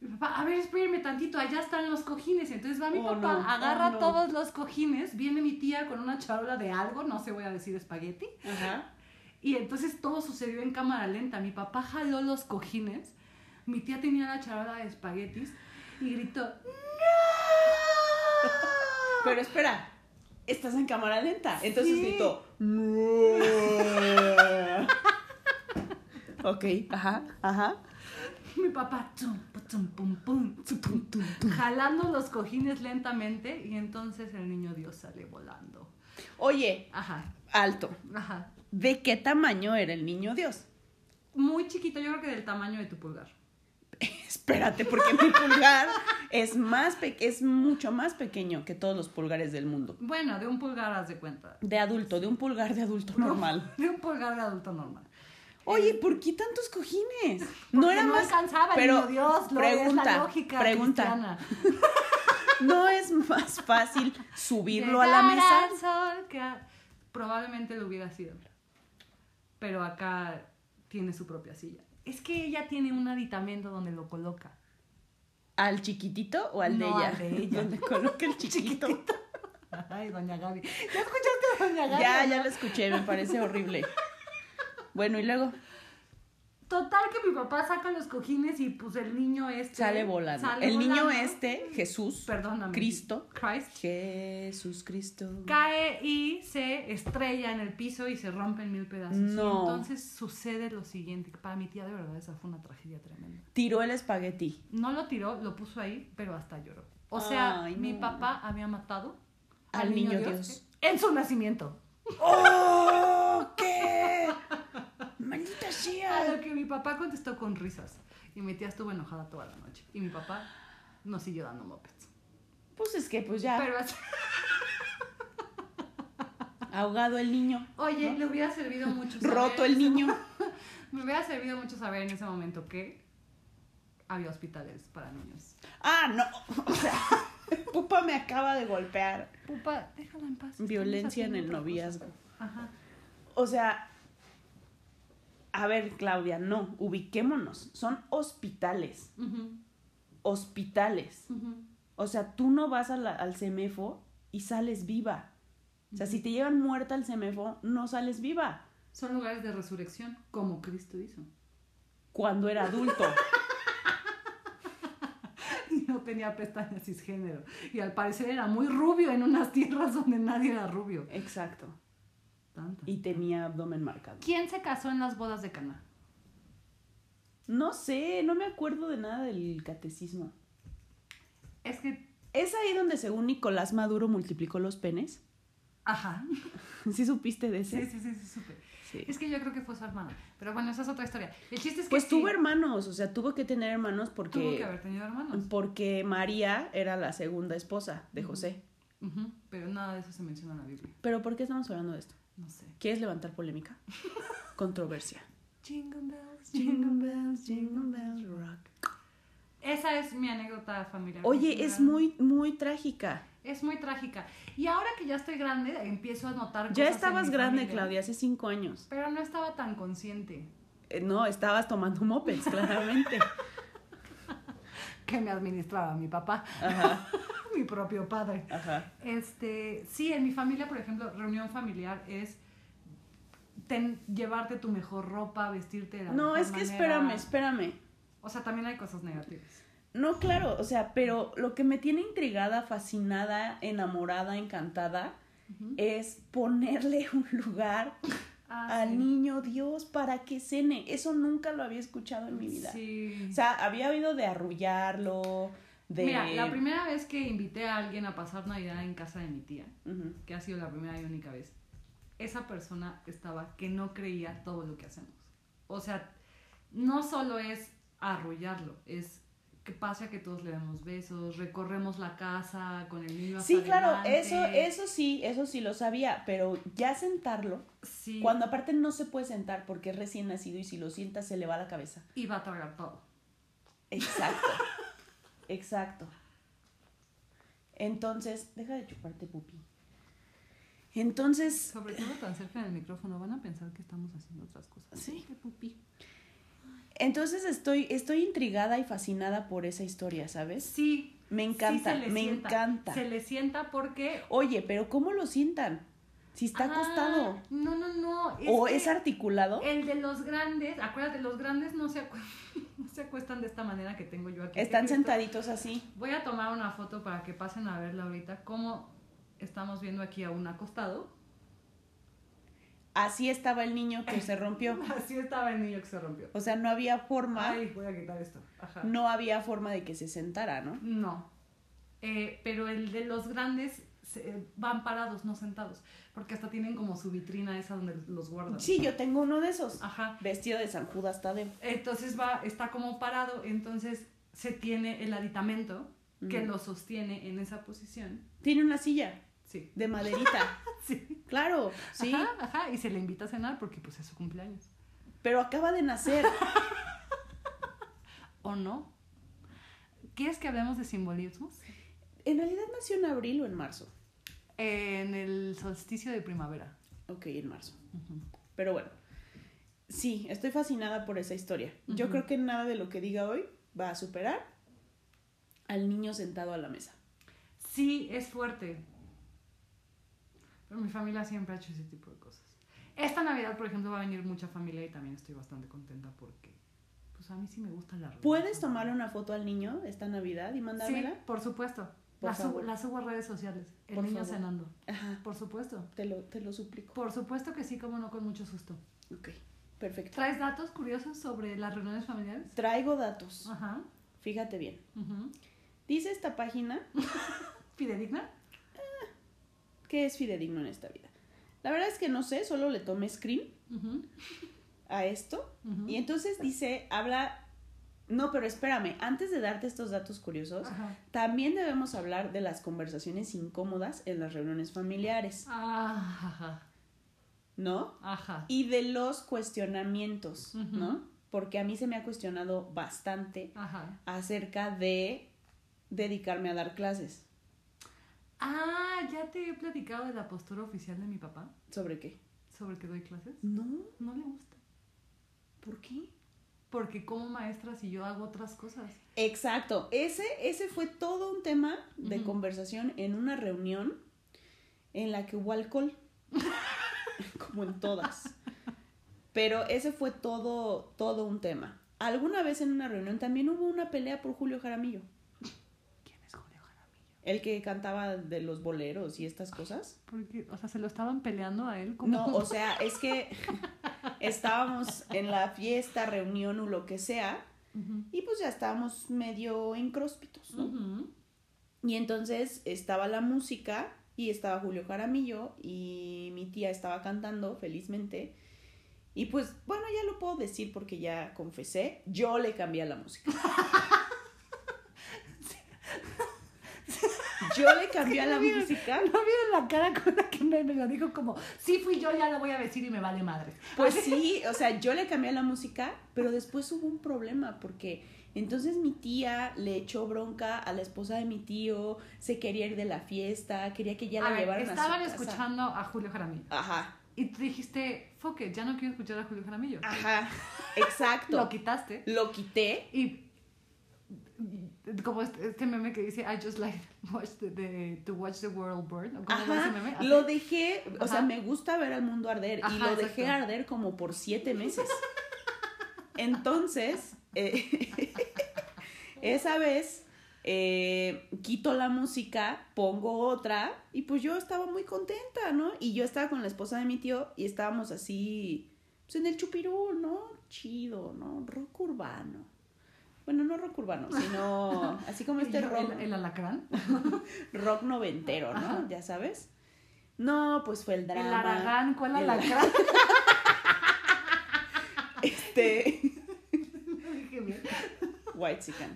S1: mi papá, a ver, espérenme tantito, allá están los cojines. Entonces va mi
S2: Oh,
S1: papá,
S2: no.
S1: agarra
S2: Oh, no.
S1: todos los cojines, viene mi tía con una charola de algo, no se voy a decir espagueti.
S2: Ajá.
S1: Y entonces todo sucedió en cámara lenta. Mi papá jaló los cojines, mi tía tenía la charola de espaguetis y gritó, ¡No!
S2: Pero espera, estás en cámara lenta. Entonces
S1: Sí.
S2: gritó. "No". ok, ajá, ajá.
S1: Mi papá, tum, pu, tum, pum, pum, tum, pum, tum, tum, jalando los cojines lentamente y entonces el niño Dios sale volando.
S2: Oye,
S1: Ajá,
S2: alto.
S1: ajá.
S2: ¿De qué tamaño era el niño Dios?
S1: Muy chiquito, yo creo que del tamaño de tu pulgar.
S2: Espérate, porque mi pulgar es más pe- es mucho más pequeño que todos los pulgares del mundo.
S1: Bueno, de un pulgar haz de cuenta.
S2: De adulto, de un pulgar de adulto normal.
S1: De un pulgar de adulto normal.
S2: Oye, ¿por qué tantos cojines?
S1: Eh. Porque no alcanzaba, niño Dios, lo- es la lógica cristiana.
S2: ¿No es más fácil subirlo a la
S1: Llegar
S2: mesa?
S1: al sol, que a- probablemente lo hubiera sido. Pero acá tiene su propia silla. Es que ella tiene un aditamento donde lo coloca.
S2: ¿Al chiquitito o al de
S1: No,
S2: ella?
S1: al de ella.
S2: Donde coloca el chiquito.
S1: Ay, doña Gaby. ¿Ya escuchaste a doña Gaby?
S2: ya,
S1: no?
S2: ya lo escuché, me parece horrible. Bueno, y luego.
S1: Total que mi papá saca los cojines y pues el niño este...
S2: Sale volando.
S1: sale
S2: el niño
S1: volando.
S2: este, Jesús,
S1: Perdóname.
S2: Cristo.
S1: Christ.
S2: Jesús Cristo.
S1: Cae y se estrella en el piso y se rompe en mil pedazos. Y
S2: No.
S1: entonces sucede lo siguiente. que Para mi tía, de verdad, esa fue una tragedia tremenda.
S2: Tiró el espagueti.
S1: No lo tiró, lo puso ahí, pero hasta lloró. O sea,
S2: Ay,
S1: mi
S2: no.
S1: papá había matado
S2: Al niño Dios.
S1: en su nacimiento.
S2: ¡Oh! ¿Qué? ¡Maldita
S1: A Ah, lo
S2: sea!
S1: que mi papá contestó con risas. Y mi tía estuvo enojada toda la noche. Y mi papá nos siguió dando mopeds.
S2: Pues es que, pues ya,
S1: Pero así-
S2: ahogado el niño.
S1: Oye, le hubiera servido mucho saber-
S2: Roto el niño.
S1: Me hubiera servido mucho saber en ese momento que había hospitales para niños.
S2: Ah, no. O sea, Pupa me acaba de golpear.
S1: Pupa, déjala en paz. estamos
S2: Violencia en
S1: haciendo
S2: el
S1: otra
S2: noviazgo.
S1: cosa. Ajá.
S2: O sea, a ver, Claudia, no, ubiquémonos. Son hospitales.
S1: Ujú,
S2: Hospitales.
S1: ujú.
S2: O sea, tú no vas a la- al CEMEFO y sales viva. O sea, si te llevan muerta al CEMEFO, no sales viva.
S1: Son lugares de resurrección, como Cristo hizo.
S2: Cuando era adulto.
S1: Y no tenía pestañas cisgénero. Y al parecer era muy rubio en unas tierras donde nadie era rubio.
S2: Exacto.
S1: Tantas.
S2: Y tenía abdomen marcado.
S1: ¿Quién se casó en las bodas de Cana?
S2: No sé, no me acuerdo de nada del catecismo.
S1: Es que,
S2: ¿Es ahí donde según Nicolás Maduro multiplicó los penes?
S1: ajá.
S2: ¿Sí supiste de
S1: Sí,
S2: ese?
S1: sí, sí, sí, supe.
S2: Sí.
S1: Es que yo creo que fue su hermana. Pero bueno, esa es otra historia. El chiste es que
S2: Pues
S1: sí,
S2: tuvo hermanos, o sea, tuvo que tener hermanos porque...
S1: tuvo que haber tenido hermanos.
S2: Porque María era la segunda esposa de
S1: Ujú.
S2: José.
S1: Ujú, Pero nada de eso se menciona en la Biblia.
S2: Pero ¿por qué estamos hablando de esto?
S1: No sé.
S2: ¿Quieres levantar polémica? Controversia.
S1: Jingle bells,
S2: bells, jingle bells rock.
S1: Esa es mi anécdota familiar.
S2: Oye, es muy, muy trágica.
S1: Es muy trágica. Y ahora que ya estoy grande, empiezo a notar cosas
S2: Ya
S1: en
S2: estabas
S1: mi
S2: grande,
S1: familia.
S2: Claudia, hace cinco años.
S1: Pero no estaba tan consciente.
S2: Eh, no, estabas tomando mopeds, claramente.
S1: que me administraba mi papá,
S2: Ajá,
S1: mi propio padre.
S2: ajá.
S1: Este, sí, en mi familia, por ejemplo, reunión familiar es ten- llevarte tu mejor ropa, vestirte de la
S2: No,
S1: mejor
S2: es que
S1: manera.
S2: espérame, espérame.
S1: O sea, también hay cosas negativas.
S2: No, claro, o sea, pero lo que me tiene intrigada, fascinada, enamorada, encantada,
S1: Ujú.
S2: es ponerle un lugar
S1: Ah,
S2: al
S1: sí.
S2: niño Dios para que cene. Eso nunca lo había escuchado en mi vida.
S1: Sí.
S2: O sea, había habido de arrullarlo, de...
S1: Mira, la primera vez que invité a alguien a pasar Navidad en casa de mi tía,
S2: Ujú.
S1: que ha sido la primera y única vez, esa persona estaba que no creía todo lo que hacemos. O sea, no solo es arrullarlo, es que pasa que todos le damos besos, recorremos la casa con el niño.
S2: Sí,
S1: hacia
S2: claro,
S1: adelante.
S2: eso, eso sí, eso sí lo sabía, pero ya sentarlo,
S1: Sí,
S2: cuando aparte no se puede sentar porque es recién nacido y si lo sientas se le va la cabeza.
S1: y va a tragar todo.
S2: Exacto, exacto. Entonces, deja de chuparte pupi. Entonces,
S1: Sobre todo tan cerca del micrófono, van a pensar que estamos haciendo otras cosas.
S2: Sí.
S1: Qué pupi.
S2: entonces estoy, estoy intrigada y fascinada por esa historia, ¿sabes?
S1: Sí.
S2: Me encanta,
S1: sí se le
S2: me
S1: sienta.
S2: encanta.
S1: Se le sienta porque.
S2: Oye, pero ¿cómo lo sientan? Si está
S1: Ah,
S2: acostado.
S1: No, no, no.
S2: ¿O
S1: que
S2: es articulado?
S1: El de los grandes, acuérdate, los grandes no se, acu- no se acuestan de esta manera que tengo yo aquí.
S2: Están
S1: Esto-
S2: sentaditos así.
S1: Voy a tomar una foto para que pasen a verla ahorita. Como estamos viendo aquí a un acostado.
S2: Así estaba el niño que se rompió.
S1: Así estaba el niño que se rompió.
S2: O sea, no había forma,
S1: Ay, voy a quitar esto. Ajá.
S2: no había forma de que se sentara, ¿no?
S1: No. Eh, pero el de los grandes se- van parados, no sentados. Porque hasta tienen como su vitrina esa donde los guardan.
S2: Sí, yo tengo uno de esos.
S1: Ajá.
S2: Vestido de San Judas Tadeo.
S1: Entonces va, está como parado, entonces se tiene el aditamento que
S2: Ujú.
S1: lo sostiene en esa posición.
S2: Tiene una silla
S1: Sí.
S2: de maderita.
S1: Sí.
S2: claro, sí.
S1: Ajá, ajá, y se le invita a cenar porque pues es su cumpleaños.
S2: Pero acaba de nacer.
S1: ¿O no? ¿Quieres que hablemos de simbolismos?
S2: En realidad nació en abril o en marzo.
S1: En el solsticio de primavera.
S2: Ok, en marzo.
S1: Ujú.
S2: Pero bueno. Sí, estoy fascinada por esa historia. Yo
S1: Ujú.
S2: creo que nada de lo que diga hoy va a superar al niño sentado a la mesa.
S1: Sí, es fuerte. Pero mi familia siempre ha hecho ese tipo de cosas. Esta Navidad, por ejemplo, va a venir mucha familia y también estoy bastante contenta porque pues a mí sí me gusta la reunión.
S2: ¿Puedes tomar una foto al niño esta Navidad y mandármela?
S1: Sí, por supuesto.
S2: Por
S1: la, subo,
S2: favor.
S1: la subo a redes sociales. El
S2: Por
S1: niño
S2: favor.
S1: cenando.
S2: Ajá,
S1: Por supuesto.
S2: te lo, te lo suplico.
S1: Por supuesto que sí, como no, con mucho susto.
S2: Ok, perfecto.
S1: ¿Traes datos curiosos sobre las reuniones familiares?
S2: Traigo datos.
S1: Ajá.
S2: Fíjate bien.
S1: ujú.
S2: Dice esta página
S1: ¿Fidedigna?
S2: que es fidedigno en esta vida. La verdad es que no sé, solo le tomé screen
S1: Ujú,
S2: a esto.
S1: ujú.
S2: Y entonces dice, habla... No, pero espérame, antes de darte estos datos curiosos,
S1: Ajá.
S2: también debemos hablar de las conversaciones incómodas en las reuniones familiares,
S1: Ajá.
S2: ¿no?
S1: Ajá.
S2: Y de los cuestionamientos,
S1: Ujú.
S2: ¿no? Porque a mí se me ha cuestionado bastante
S1: Ajá.
S2: acerca de dedicarme a dar clases.
S1: Ah, ya te he platicado de la postura oficial de mi papá
S2: ¿Sobre qué?
S1: sobre el que doy clases.
S2: No,
S1: No le gusta.
S2: ¿por qué?
S1: Porque como maestra, si yo hago otras cosas.
S2: Exacto, ese, ese fue todo un tema de
S1: Ujú.
S2: conversación en una reunión en la que hubo alcohol, como en todas. Pero ese fue todo, todo un tema. Alguna vez en una reunión también hubo una pelea por Julio Jaramillo,
S1: ¿Quién es Julio Jaramillo?
S2: el que cantaba de los boleros y estas cosas.
S1: Porque, o sea, se lo estaban peleando a él como.
S2: No, o sea, es que estábamos en la fiesta, reunión o lo que sea,
S1: Ujú.
S2: y pues ya estábamos medio incróspitos, ¿no?
S1: Ujú.
S2: Y entonces estaba la música y estaba Julio Jaramillo y mi tía estaba cantando felizmente. Y pues bueno, ya lo puedo decir porque ya confesé, yo le cambié la música. Yo le cambié la
S1: no vieron.
S2: música.
S1: No vieron la cara con la que me, me lo dijo como, sí fui yo, ya lo voy a decir y me vale madre.
S2: Pues sí, o sea, yo le cambié la música, pero después hubo un problema porque entonces mi tía le echó bronca a la esposa de mi tío, se quería ir de la fiesta, quería que ya la
S1: a ver,
S2: llevaran
S1: estaban
S2: a su casa.
S1: escuchando a Julio Jaramillo.
S2: Ajá,
S1: Y tú dijiste, fuck it, ya no quiero escuchar a Julio Jaramillo.
S2: ajá, exacto.
S1: Lo
S2: lo,
S1: quitaste.
S2: quité.
S1: Y y como este, este meme que dice, I just like watch the, the- to watch the world burn. ¿o ¿Cómo va ese meme?
S2: Ajá,
S1: Así.
S2: lo dejé, o sea,
S1: Ajá.
S2: me gusta ver al mundo arder y
S1: Ajá,
S2: lo dejé
S1: exacto.
S2: arder como por siete meses. Entonces, eh, esa vez eh, quito la música, pongo otra y pues yo estaba muy contenta, ¿no? Y yo estaba con la esposa de mi tío y estábamos así, pues en el chupirú, ¿no? Chido, ¿no? Rock urbano. Bueno, no rock urbano, sino así como este
S1: Y yo,
S2: rock.
S1: el, el alacrán,
S2: rock noventero, ¿no?
S1: Ajá.
S2: Ya sabes. No, pues fue el
S1: el
S2: drama.
S1: aragán, ¿cuál
S2: El-
S1: alacrán?
S2: Este,
S1: Dije, "Bien".
S2: white chicken.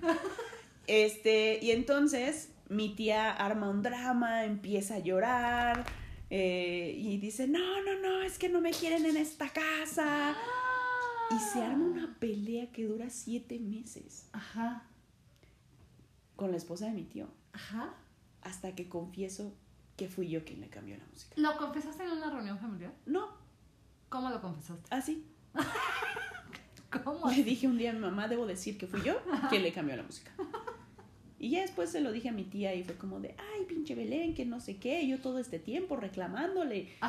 S2: Este, y entonces mi tía arma un drama, empieza a llorar eh, y dice, no, no, no, es que no me quieren en esta casa. Y se arma una pelea que dura siete meses
S1: Ajá,
S2: con la esposa de mi tío,
S1: ajá.
S2: hasta que confieso que fui yo quien le cambió la música.
S1: ¿Lo confesaste en una reunión familiar?
S2: No,
S1: ¿Cómo lo confesaste?
S2: así.
S1: ¿Cómo?
S2: Le dije un día a mi mamá, debo decir que fui yo quien le cambió la música. Y ya después se lo dije a mi tía y fue como de, ay, pinche Belén, que no sé qué, yo todo este tiempo reclamándole.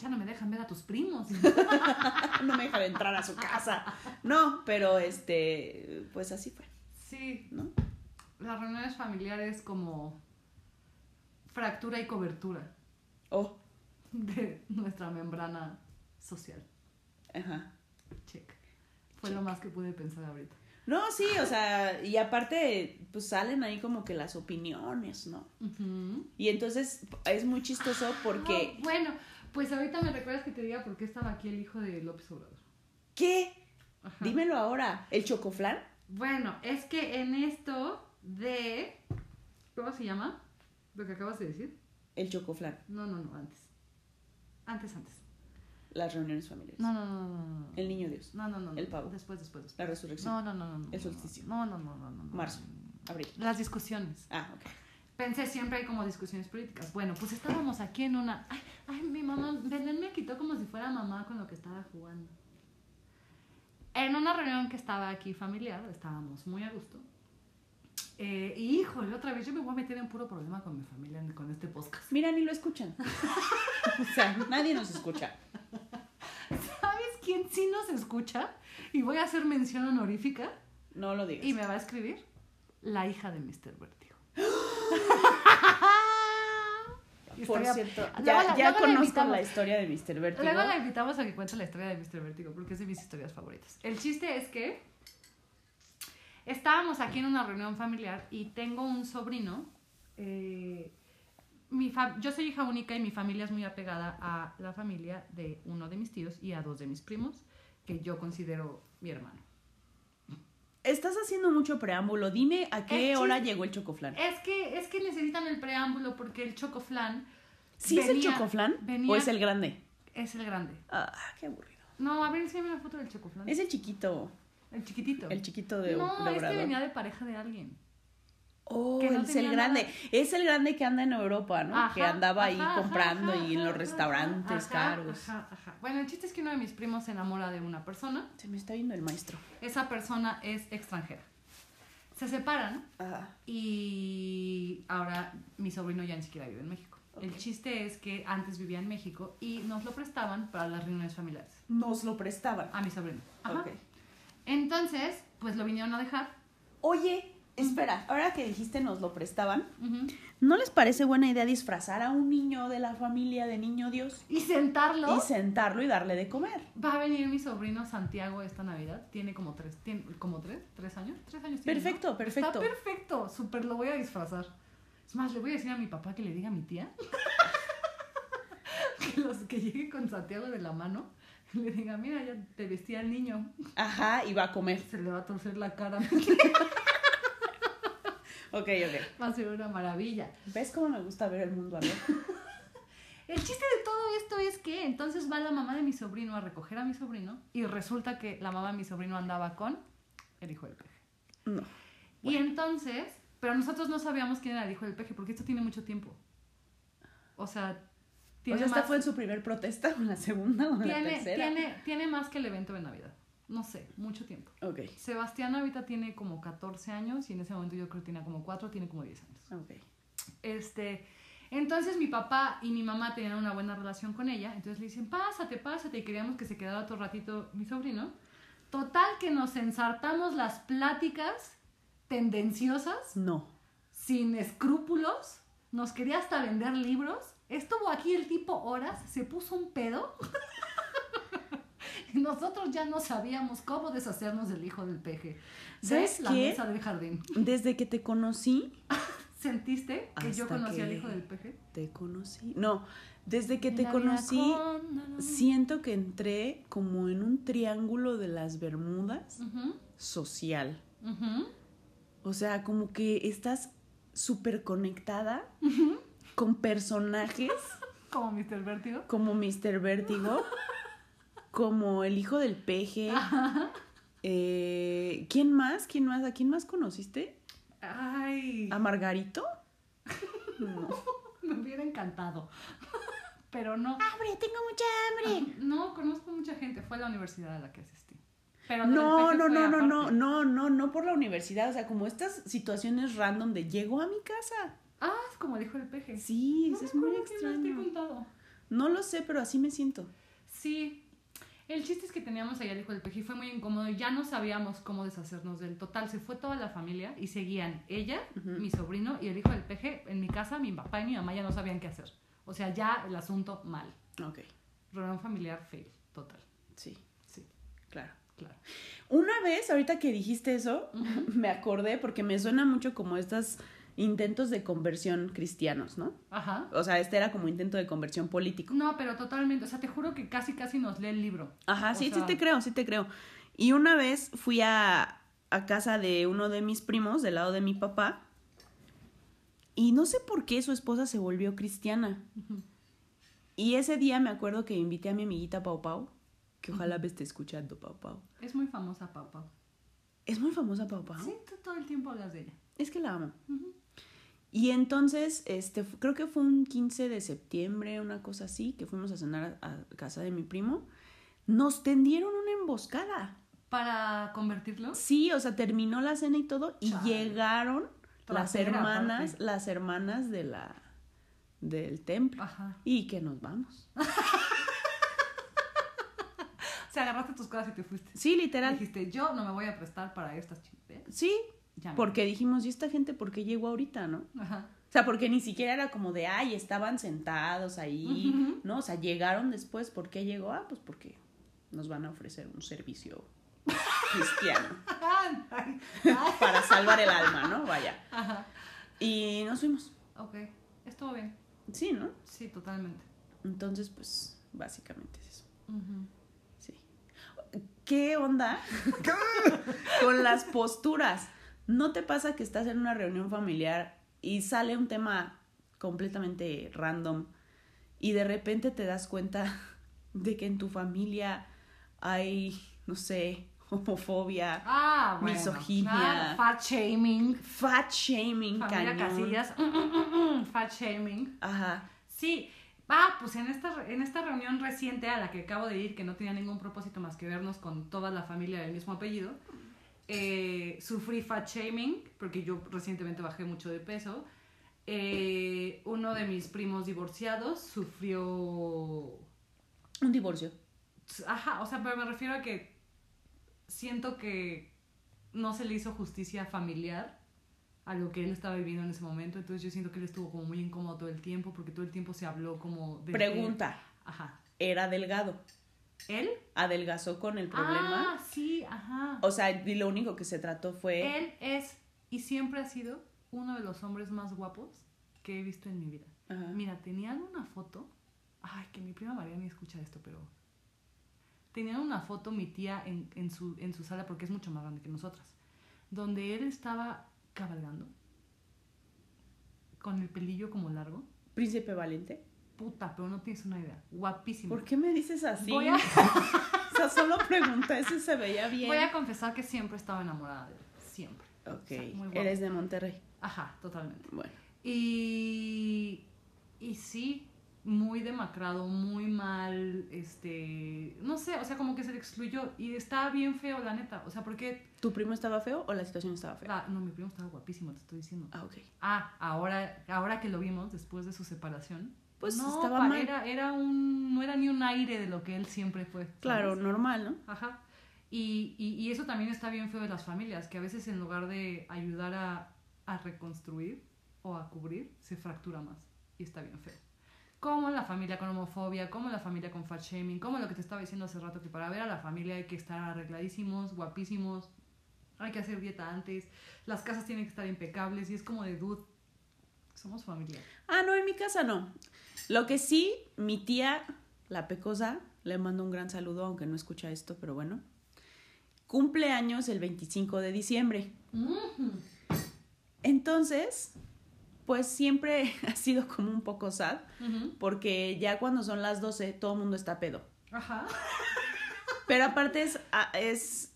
S1: Ya no me dejan ver a tus primos.
S2: no me deja de entrar a su casa. No, pero este, pues así fue,
S1: Sí,
S2: ¿no?
S1: las reuniones familiares como fractura y cobertura
S2: Oh,
S1: de nuestra membrana social.
S2: ajá.
S1: Check. Fue lo más que pude pensar ahorita.
S2: No, sí, o sea, y aparte, pues salen ahí como que las opiniones, ¿no?
S1: Ujú.
S2: Y entonces es muy chistoso porque,
S1: Ah, bueno, pues ahorita me recuerdas que te diga por qué estaba aquí el hijo de López Obrador.
S2: ¿qué?
S1: Ajá.
S2: Dímelo ahora, ¿el chocoflan?
S1: Bueno, es que en esto de... ¿Cómo se llama? Lo que acabas de decir.
S2: El chocoflan,
S1: No, no, no, antes. Antes, antes.
S2: las reuniones familiares,
S1: No, no, no, no, no, no.
S2: el niño Dios,
S1: No, no, no. no.
S2: El pavo.
S1: Después, después, después.
S2: la resurrección,
S1: No, no, no, no. no,
S2: El
S1: no,
S2: solsticio.
S1: No, no, no, no, no, no.
S2: marzo, abril.
S1: Las discusiones.
S2: Ah, ok.
S1: Pensé siempre hay como discusiones políticas. Bueno, pues estábamos aquí en una. Ay, ay, mi mamá, Belén me quitó como si fuera mamá con lo que estaba jugando. En una reunión que estaba aquí familiar, estábamos muy a gusto. Eh, y híjole, otra vez yo me voy a meter en puro problema con mi familia en- con este podcast.
S2: Mira, ni lo escuchan. o sea, nadie nos escucha.
S1: ¿Sabes quién sí nos escucha? Y voy a hacer mención honorífica.
S2: No lo digas.
S1: Y me va a escribir la hija de Mr. Vertigo.
S2: Por
S1: Estaría-
S2: cierto,
S1: luego
S2: ya,
S1: la-
S2: ya
S1: luego la
S2: conozco
S1: invitamos.
S2: la historia de Mr. Vertigo.
S1: Luego la invitamos a que cuente la historia de Mr. Vertigo porque es de mis historias favoritas. El chiste es que estábamos aquí en una reunión familiar y tengo un sobrino. eh, mi fa- yo soy hija única y mi familia es muy apegada a la familia de uno de mis tíos y a dos de mis primos que yo considero mi hermano.
S2: Estás haciendo mucho preámbulo. Dime a qué
S1: El chis-
S2: hora llegó el chocoflan.
S1: Es que, es que necesitan el preámbulo porque el chocoflan
S2: ¿Sí es el
S1: venía-
S2: chocoflan?
S1: venía-
S2: ¿O es el grande?
S1: es el grande.
S2: Ah, qué aburrido.
S1: No, a ver, enséñame la foto del chocoflan.
S2: Es el chiquito.
S1: el chiquitito.
S2: El chiquito de,
S1: no,
S2: de
S1: es que
S2: Obrador.
S1: venía de pareja de alguien.
S2: Oh,
S1: que no
S2: es el
S1: tenía
S2: grande.
S1: nada.
S2: Es el grande que anda en Europa, ¿no? que
S1: Ajá,
S2: andaba ahí
S1: ajá, ajá,
S2: comprando
S1: ajá,
S2: y en los
S1: ajá,
S2: restaurantes
S1: ajá,
S2: caros.
S1: ajá, ajá. Bueno, el chiste es que uno de mis primos se enamora de una persona.
S2: Se me está viendo el maestro.
S1: Esa persona es extranjera. Se separan
S2: Ah,
S1: y ahora mi sobrino ya ni siquiera vive en México. El
S2: Ok.
S1: chiste es que antes vivía en México y nos lo prestaban para las reuniones familiares.
S2: Nos lo prestaban.
S1: A mi sobrino. Ajá.
S2: Ok.
S1: Entonces, pues lo vinieron a dejar.
S2: Oye, espera, ahora que dijiste nos lo prestaban,
S1: Ujú.
S2: ¿no les parece buena idea disfrazar a un niño de la familia de Niño Dios?
S1: Y sentarlo.
S2: Y sentarlo y darle de comer.
S1: Va a venir mi sobrino Santiago esta Navidad. Tiene como tres, tiene como tres, tres años, tres años. tiene, ¿no?
S2: Perfecto, perfecto.
S1: Está perfecto, súper lo voy a disfrazar. Es más, le voy a decir a mi papá que le diga a mi tía que los que llegue con Santiago de la mano le diga, mira, ya te vestía el niño.
S2: Ajá, y va a comer.
S1: Se le va a torcer la cara.
S2: Ok, ok.
S1: Va a ser una maravilla.
S2: ¿Ves cómo me gusta ver el mundo a ver?
S1: El chiste de todo esto es que entonces va la mamá de mi sobrino a recoger a mi sobrino y resulta que la mamá de mi sobrino andaba con el hijo del peje.
S2: No.
S1: Y entonces, pero nosotros no sabíamos quién era el hijo del peje porque esto tiene mucho tiempo. O sea,
S2: O
S1: tiene
S2: sea, esta
S1: más-
S2: fue en su primer protesta, o en la segunda, o en la
S1: tiene,
S2: tercera.
S1: tiene, tiene más que el evento de Navidad. No sé, mucho tiempo.
S2: Ok,
S1: Sebastián ahorita tiene como 14 años y en ese momento yo creo que tenía como 4, tiene como 10 años.
S2: ok.
S1: Este, entonces mi papá y mi mamá tenían una buena relación con ella, entonces le dicen, pásate, pásate, y queríamos que se quedara otro ratito mi sobrino. Total que nos ensartamos las pláticas tendenciosas,
S2: No.
S1: sin escrúpulos, nos quería hasta vender libros. Estuvo aquí el tipo horas, se puso un pedo. Y Nosotros ya no sabíamos cómo deshacernos del hijo del peje. De
S2: ¿Sabes
S1: la
S2: qué?
S1: mesa del jardín.
S2: Desde que te conocí,
S1: ¿Sentiste que yo
S2: Hasta
S1: conocí al
S2: que-
S1: hijo del peje?
S2: te conocí. No, desde que
S1: En
S2: te
S1: la vida
S2: conocí,
S1: con- na, na, na.
S2: siento que entré como en un triángulo de las Bermudas
S1: Ujú,
S2: social.
S1: ujú.
S2: O sea, como que estás súper conectada con personajes
S1: Como Mr. Vértigo.
S2: como Mr. Vértigo, como el hijo del peje. Eh, ¿Quién más? ¿Quién más? ¿A quién más conociste?
S1: Ay.
S2: ¿A Margarito? No.
S1: Me hubiera encantado. Pero no.
S2: ¡Hambre! ¡Tengo mucha hambre!
S1: No, conozco mucha gente. Fue a la universidad a la que asistí. Pero lo
S2: No,
S1: del
S2: no,
S1: peje
S2: no,
S1: fue
S2: no, no,
S1: aparte.
S2: no, no, no por la universidad. O sea, como estas situaciones random de llego a mi casa.
S1: Ah, es como dijo el peje.
S2: Sí, eso
S1: No
S2: es
S1: me
S2: muy
S1: acuerdo quién más te he
S2: extraño.
S1: contado.
S2: No lo sé, pero así me siento.
S1: Sí. El chiste es que teníamos allá al hijo del peje y fue muy incómodo. Ya no sabíamos cómo deshacernos del total. Se fue toda la familia y seguían ella, mi sobrino y el hijo del peje. En mi casa, mi papá y mi mamá ya no sabían qué hacer. O sea, ya el asunto mal.
S2: Ok,
S1: Reunión familiar fail, total.
S2: sí,
S1: Sí,
S2: claro.
S1: claro.
S2: Una vez, ahorita que dijiste eso, me acordé porque me suena mucho como estos intentos de conversión cristianos, ¿no?
S1: Ajá.
S2: O sea, este era como intento de conversión político.
S1: No, pero totalmente. O sea, te juro que casi, casi nos lee el libro.
S2: Ajá,
S1: O
S2: sí, sí
S1: sea,
S2: te creo, sí te creo. Y una vez fui a, a casa de uno de mis primos, del lado de mi papá, y no sé por qué su esposa se volvió cristiana. Y ese día me acuerdo que invité a mi amiguita Pau Pau, que ojalá me esté escuchando Pau Pau.
S1: Es muy famosa, papá.
S2: Es muy famosa Pau Pau.
S1: Sí, tú todo el tiempo hablas de ella.
S2: Es que la amo.
S1: Ujú.
S2: Y entonces, este, fu- creo que fue un 15 de septiembre, una cosa así, que fuimos a cenar a, a casa de mi primo. Nos tendieron una emboscada.
S1: Para convertirlo.
S2: Sí, o sea, terminó la cena y todo, y
S1: Chale.
S2: llegaron las
S1: Trasera,
S2: hermanas,
S1: aparte.
S2: las hermanas de la del templo.
S1: Ajá.
S2: Y que nos vamos.
S1: O sea, agarraste tus cosas y te fuiste.
S2: Sí, literal.
S1: Dijiste, yo no me voy a prestar para estas chingaderas.
S2: Sí,
S1: Ya me
S2: porque dijimos, ¿y esta gente por qué llegó ahorita, no?
S1: voy". Ajá.
S2: O sea, porque ni siquiera era como de, ay, estaban sentados ahí,
S1: Ujú.
S2: ¿no? O sea, llegaron después, ¿por qué llegó? Ah, pues porque nos van a ofrecer un servicio cristiano
S1: Ay, ay.
S2: para salvar el alma, ¿no? Vaya.
S1: Ajá.
S2: Y nos fuimos.
S1: Ok, estuvo bien.
S2: Sí, ¿no?
S1: Sí, totalmente.
S2: Entonces, pues, básicamente es eso.
S1: Ujú.
S2: Sí. ¿Qué onda con las posturas? ¿No te pasa que estás en una reunión familiar y sale un tema completamente random y de repente te das cuenta de que en tu familia hay, no sé, homofobia,
S1: Ah, bueno.
S2: Misoginia.
S1: claro, fat shaming.
S2: fat shaming,
S1: Familia
S2: cañón?
S1: Casillas. mm, mm, mm, mm, fat shaming.
S2: Ajá.
S1: Sí, ah, pues en esta, re- en esta reunión reciente a la que acabo de ir, que no tenía ningún propósito más que vernos con toda la familia del mismo apellido, eh, sufrí fat shaming, porque yo recientemente bajé mucho de peso. Eh, uno de mis primos divorciados sufrió...
S2: Un divorcio.
S1: Ajá, o sea, pero me refiero a que siento que no se le hizo justicia familiar a lo que él estaba viviendo en ese momento, entonces yo siento que él estuvo como muy incómodo todo el tiempo, porque todo el tiempo se habló como de...
S2: Pregunta,
S1: Ajá.
S2: ¿era delgado?
S1: ¿Él?
S2: ¿Adelgazó con el problema?
S1: Ah, sí, ajá.
S2: O sea, y lo único que se trató fue...
S1: Él es y siempre ha sido uno de los hombres más guapos que he visto en mi vida.
S2: Ajá.
S1: Mira, tenían una foto. Ay, que mi prima María ni escucha esto, pero. Tenían una foto mi tía en, en su, en su sala, porque es mucho más grande que nosotras, donde él estaba cabalgando con el pelillo como largo.
S2: Príncipe Valiente.
S1: Puta, pero no tienes una idea. Guapísimo.
S2: ¿Por qué me dices así?
S1: Voy a-
S2: O sea, solo pregunté si se veía bien.
S1: Voy a confesar que siempre estaba enamorada de él. Siempre.
S2: Ok,
S1: sea, muy guapo.
S2: eres de Monterrey.
S1: Ajá, totalmente.
S2: Bueno.
S1: Y, y sí, muy demacrado, muy mal, este, no sé, o sea, como que se le excluyó y está bien feo, la neta, o sea, porque,
S2: ¿Tu primo estaba feo o la situación estaba fea?
S1: ah, no, mi primo estaba guapísimo, te estoy diciendo.
S2: Ah, ok.
S1: Ah, ahora, ahora que lo vimos después de su separación,
S2: Pues
S1: no,
S2: estaba
S1: pa-
S2: mal.
S1: Era, era un, no era ni un aire de lo que él siempre fue. ¿sabes?
S2: Claro, normal, ¿no?
S1: Ajá. Y, y, y eso también está bien feo de las familias, que a veces en lugar de ayudar a, a reconstruir o a cubrir, se fractura más. Y está bien feo. Como la familia con homofobia, como la familia con fat shaming, como lo que te estaba diciendo hace rato, que para ver a la familia hay que estar arregladísimos, guapísimos, hay que hacer dieta antes, las casas tienen que estar impecables, y es como de dude, somos familia.
S2: Ah, no, en mi casa no. Lo que sí, mi tía, la pecosa, le mando un gran saludo, aunque no escucha esto, pero bueno. Cumple años el 25 de diciembre. Entonces, pues siempre ha sido como un poco sad,
S1: Ujú.
S2: porque ya cuando son las 12 todo el mundo está pedo.
S1: Ajá.
S2: Pero aparte es, a- es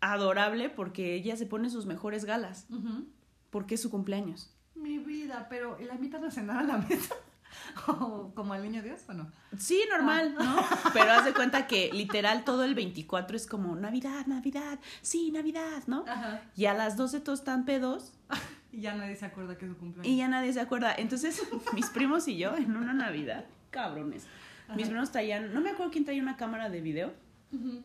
S2: adorable porque ella se pone sus mejores galas,
S1: Ujú.
S2: porque es su cumpleaños.
S1: mi vida, pero ¿la invitan a cenar a la mesa? ¿O como al niño Dios o no?
S2: Sí, normal, ¿no? Pero haz de cuenta que literal todo el 24 es como Navidad, Navidad, sí, Navidad, ¿no?
S1: Ajá.
S2: Y a las 12 todos están pedos
S1: Y ya nadie se acuerda que es su cumpleaños.
S2: y ya nadie se acuerda. Entonces, mis primos y yo en una Navidad, cabrones.
S1: Ajá.
S2: Mis primos traían, no me acuerdo quién traía una cámara de video
S1: Ujú.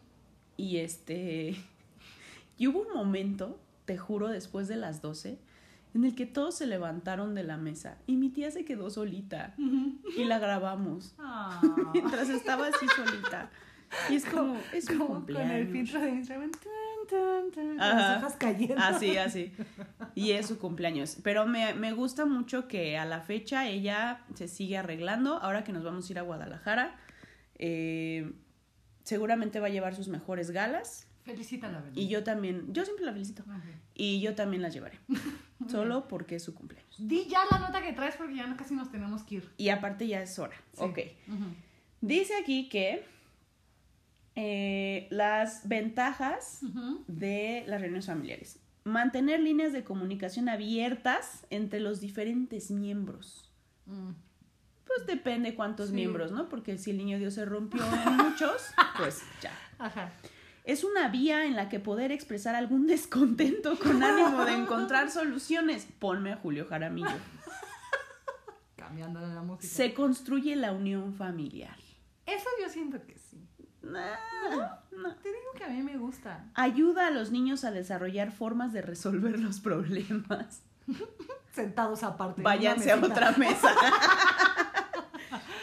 S2: y este y hubo un momento, te juro, después de las 12 en el que todos se levantaron de la mesa y mi tía se quedó solita
S1: Ujú.
S2: y la grabamos
S1: Ah.
S2: mientras estaba así solita. Y es como, es un
S1: Como con el
S2: cumpleaños.
S1: filtro de Instagram. tun, tun, tun, con
S2: Ajá.
S1: Las hojas cayendo.
S2: Así, así. Y es su cumpleaños. Pero me, me gusta mucho que a la fecha ella se sigue arreglando. Ahora que nos vamos a ir a Guadalajara, eh, seguramente va a llevar sus mejores galas.
S1: Felicita la verdad.
S2: Y yo también, yo siempre la felicito. Y yo también las llevaré. Solo porque es su cumpleaños.
S1: Di ya la nota que traes porque ya casi nos tenemos que ir.
S2: Y aparte ya es hora.
S1: Sí.
S2: Ok.
S1: Ujú.
S2: Dice aquí que eh, las ventajas
S1: Ujú.
S2: de las reuniones familiares. Mantener líneas de comunicación abiertas entre los diferentes miembros.
S1: Mm.
S2: Pues depende cuántos
S1: Sí.
S2: miembros, ¿no? Porque si el niño Dios se rompió en muchos, pues ya.
S1: Ajá.
S2: Es una vía en la que poder expresar algún descontento con ánimo de encontrar soluciones. Ponme a Julio Jaramillo.
S1: Cambiando de la música.
S2: Se construye la unión familiar.
S1: Eso yo siento que sí.
S2: Ah, no.
S1: Te digo que a mí me gusta.
S2: Ayuda a los niños a desarrollar formas de resolver los problemas.
S1: Sentados aparte. en una
S2: Váyanse a
S1: mesita.
S2: otra mesa.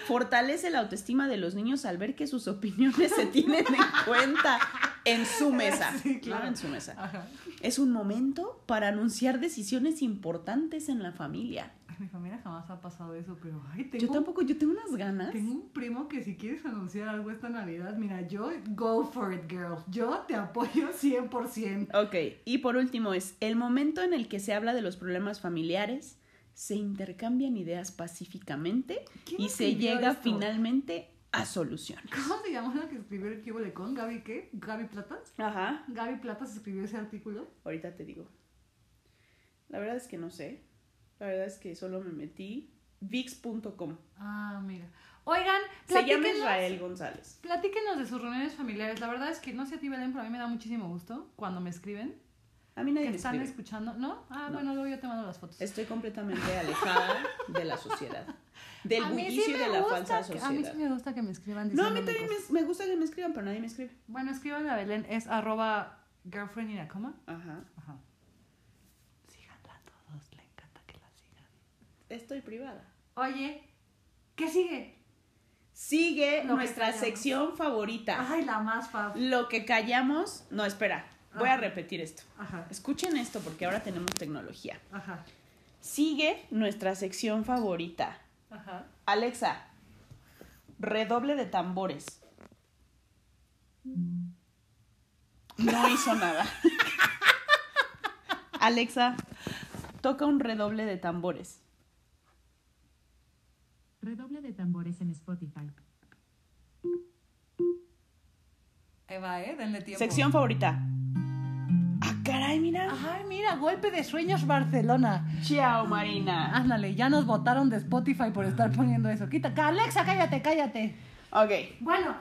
S2: Fortalece la autoestima de los niños al ver que sus opiniones se tienen en cuenta en su mesa.
S1: Sí, claro.
S2: ¿no? En su mesa.
S1: Ajá.
S2: Es un momento para anunciar decisiones importantes en la familia.
S1: En mi familia jamás ha pasado eso, pero ay, tengo,
S2: Yo tampoco, yo tengo unas ganas.
S1: tengo un primo que si quieres anunciar algo esta Navidad, mira, yo go for it, girl. Yo te apoyo 100%.
S2: Ok, y por último es el momento en el que se habla de los problemas familiares, se intercambian ideas pacíficamente
S1: ¿Quién
S2: y se
S1: escribió
S2: llega
S1: esto?
S2: finalmente a soluciones.
S1: ¿Cómo se llamó la que escribió el Cúbole con Gaby qué? ¿Gaby Platas?
S2: Ajá.
S1: Gaby Platas escribió ese artículo.
S2: Ahorita te digo. La verdad es que no sé. La verdad es que solo me metí vix.com.
S1: Ah, mira. Oigan,
S2: Se llama
S1: platíquenos-
S2: Israel González.
S1: Platíquenos de sus reuniones familiares. La verdad es que no sé a ti, Belén, pero a mí me da muchísimo gusto cuando me escriben.
S2: A mí nadie
S1: Que
S2: me
S1: están
S2: escribe.
S1: escuchando. ¿No? Ah,
S2: No.
S1: bueno, luego yo te mando las fotos.
S2: Estoy completamente alejada de la sociedad. Del
S1: a mí
S2: bullicio
S1: sí
S2: y
S1: me
S2: de la
S1: gusta
S2: falsa
S1: que- A mí sí
S2: sociedad.
S1: me gusta que me escriban.
S2: No, a
S1: diciéndome
S2: mí también
S1: cosas.
S2: me, me gusta que me escriban, pero nadie me escribe.
S1: Bueno, escriban a Belén. Es arroba girlfriend in a coma.
S2: Ajá.
S1: Ajá. Síganla a todos. Le encanta que la sigan.
S2: Estoy privada.
S1: Oye, ¿qué sigue?
S2: Sigue
S1: Lo que
S2: nuestra
S1: callamos.
S2: sección favorita.
S1: Ay, la más fab.
S2: Lo que callamos. No, espera. Voy a
S1: Ajá.
S2: repetir esto.
S1: Ajá.
S2: Escuchen esto porque ahora tenemos tecnología.
S1: Ajá.
S2: Sigue nuestra sección favorita.
S1: Ajá.
S2: Alexa, redoble de tambores. No hizo nada. Alexa, toca un redoble de tambores.
S3: Redoble de tambores en Spotify.
S1: Eva, ¿eh? Denle tiempo.
S2: Sección favorita. Ah, caray, mira.
S1: Ay, mira, golpe de sueños Barcelona.
S2: Chao, Marina.
S1: Ándale, ya nos votaron de Spotify por estar poniendo eso. Quita, Alexa, cállate, cállate.
S2: Ok.
S1: Bueno,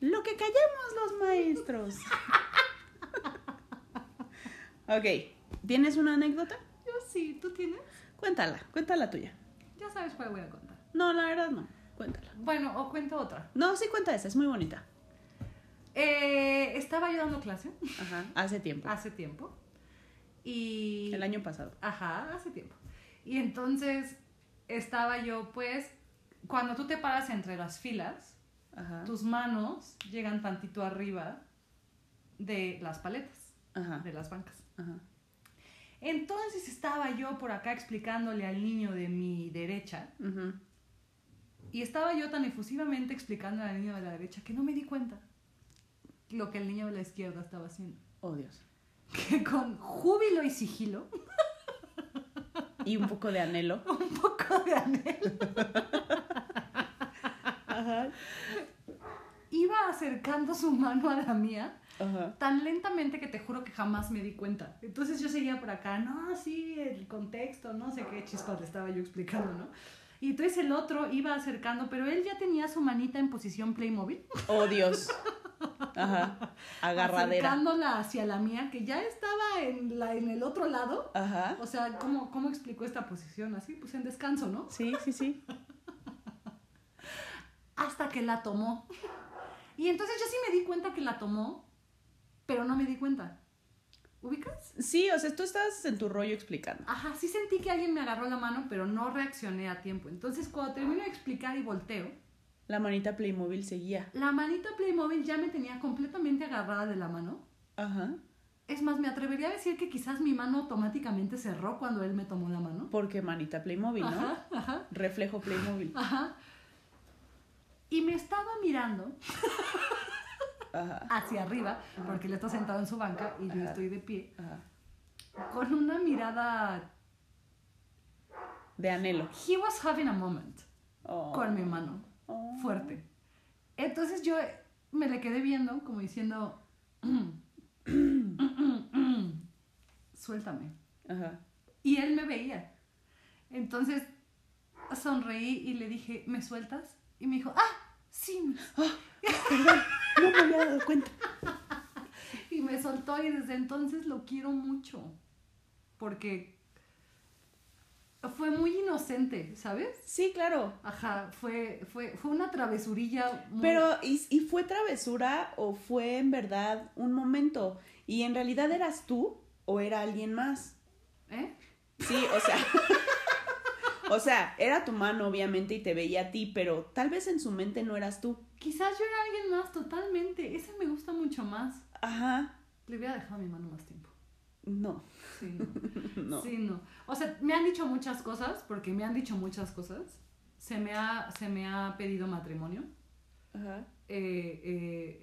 S2: Lo que callamos los maestros. ok. ¿Tienes una anécdota?
S1: yo sí, ¿tú tienes?
S2: Cuéntala, cuéntala tuya.
S1: Ya sabes cuál voy a contar.
S2: No, la verdad no. Cuéntala.
S1: Bueno, o cuento otra.
S2: No, sí cuenta esa, es muy bonita.
S1: Eh, estaba yo dando clase
S2: Ajá. Ah, Hace tiempo.
S1: hace tiempo y...
S2: El año pasado.
S1: Ajá, hace tiempo. Y entonces estaba yo, pues, cuando tú te paras entre las filas,
S2: Ajá.
S1: tus manos llegan tantito arriba de las paletas,
S2: Ajá.
S1: de las bancas.
S2: Ajá.
S1: Entonces estaba yo por acá explicándole al niño de mi derecha
S2: Ujú.
S1: y estaba yo tan efusivamente explicando al niño de la derecha que no me di cuenta lo que el niño de la izquierda estaba haciendo.
S2: Oh, Dios.
S1: Que con júbilo y sigilo,
S2: Y un poco de anhelo.
S1: un poco de anhelo,
S2: Ajá.
S1: iba acercando su mano a la mía
S2: Ajá.
S1: tan lentamente que te juro que jamás me di cuenta. Entonces yo seguía por acá, no, sí, el contexto, no sé qué chispas le estaba yo explicando, ¿no? Y entonces el otro iba acercando, pero él ya tenía su manita en posición Playmobil,
S2: Oh, Dios. Ajá. Agarradera.
S1: acercándola hacia la mía, que ya estaba en, la, en el otro lado.
S2: Ajá.
S1: O sea, ¿cómo, ¿cómo explicó esta posición? Así, pues en descanso, ¿no?
S2: Sí, sí, sí.
S1: hasta que la tomó. Y entonces yo sí me di cuenta que la tomó, pero no me di cuenta. ¿Ubicas?
S2: Sí, o sea, tú estás en tu rollo explicando.
S1: Ajá, sí sentí que alguien me agarró la mano, pero no reaccioné a tiempo. Entonces cuando termino de explicar y volteo,
S2: La manita Playmobil seguía.
S1: la manita Playmobil ya me tenía completamente agarrada de la mano.
S2: Ajá.
S1: Es más, me atrevería a decir que quizás mi mano automáticamente cerró cuando él me tomó la mano.
S2: Porque manita Playmobil, ¿no?
S1: Ajá, ajá,
S2: Reflejo Playmobil.
S1: ajá. Y me estaba mirando
S2: Ajá.
S1: hacia arriba, porque él está sentado en su banca y yo
S2: Ajá.
S1: estoy de pie,
S2: Ajá.
S1: con una mirada
S2: De anhelo.
S1: He was having a moment
S2: Oh.
S1: con mi mano,
S2: Oh.
S1: fuerte. Entonces yo me le quedé viendo como diciendo, suéltame.
S2: Ajá.
S1: Y él me veía. Entonces sonreí y le dije, ¿me sueltas? Y me dijo, ah, sí. miss".
S2: No me había dado cuenta.
S1: Y me soltó y desde entonces lo quiero mucho. Porque fue muy inocente, ¿sabes?
S2: Sí, claro.
S1: Ajá, fue, fue, fue una travesurilla. muy-
S2: Pero, ¿y, y fue travesura o fue en verdad un momento? ¿Y en realidad eras tú o era alguien más?
S1: ¿Eh?
S2: Sí, o sea. o sea, era tu mano, obviamente, y te veía a ti, pero tal vez en su mente no eras tú.
S1: Quizás yo era alguien más totalmente. Ese me gusta mucho más.
S2: Ajá.
S1: Le hubiera dejado mi mano más tiempo.
S2: No,
S1: Sí, no.
S2: no.
S1: Sí, no. O sea, me han dicho muchas cosas, porque me han dicho muchas cosas. Se me ha, se me ha pedido matrimonio.
S2: Ajá.
S1: Eh, eh,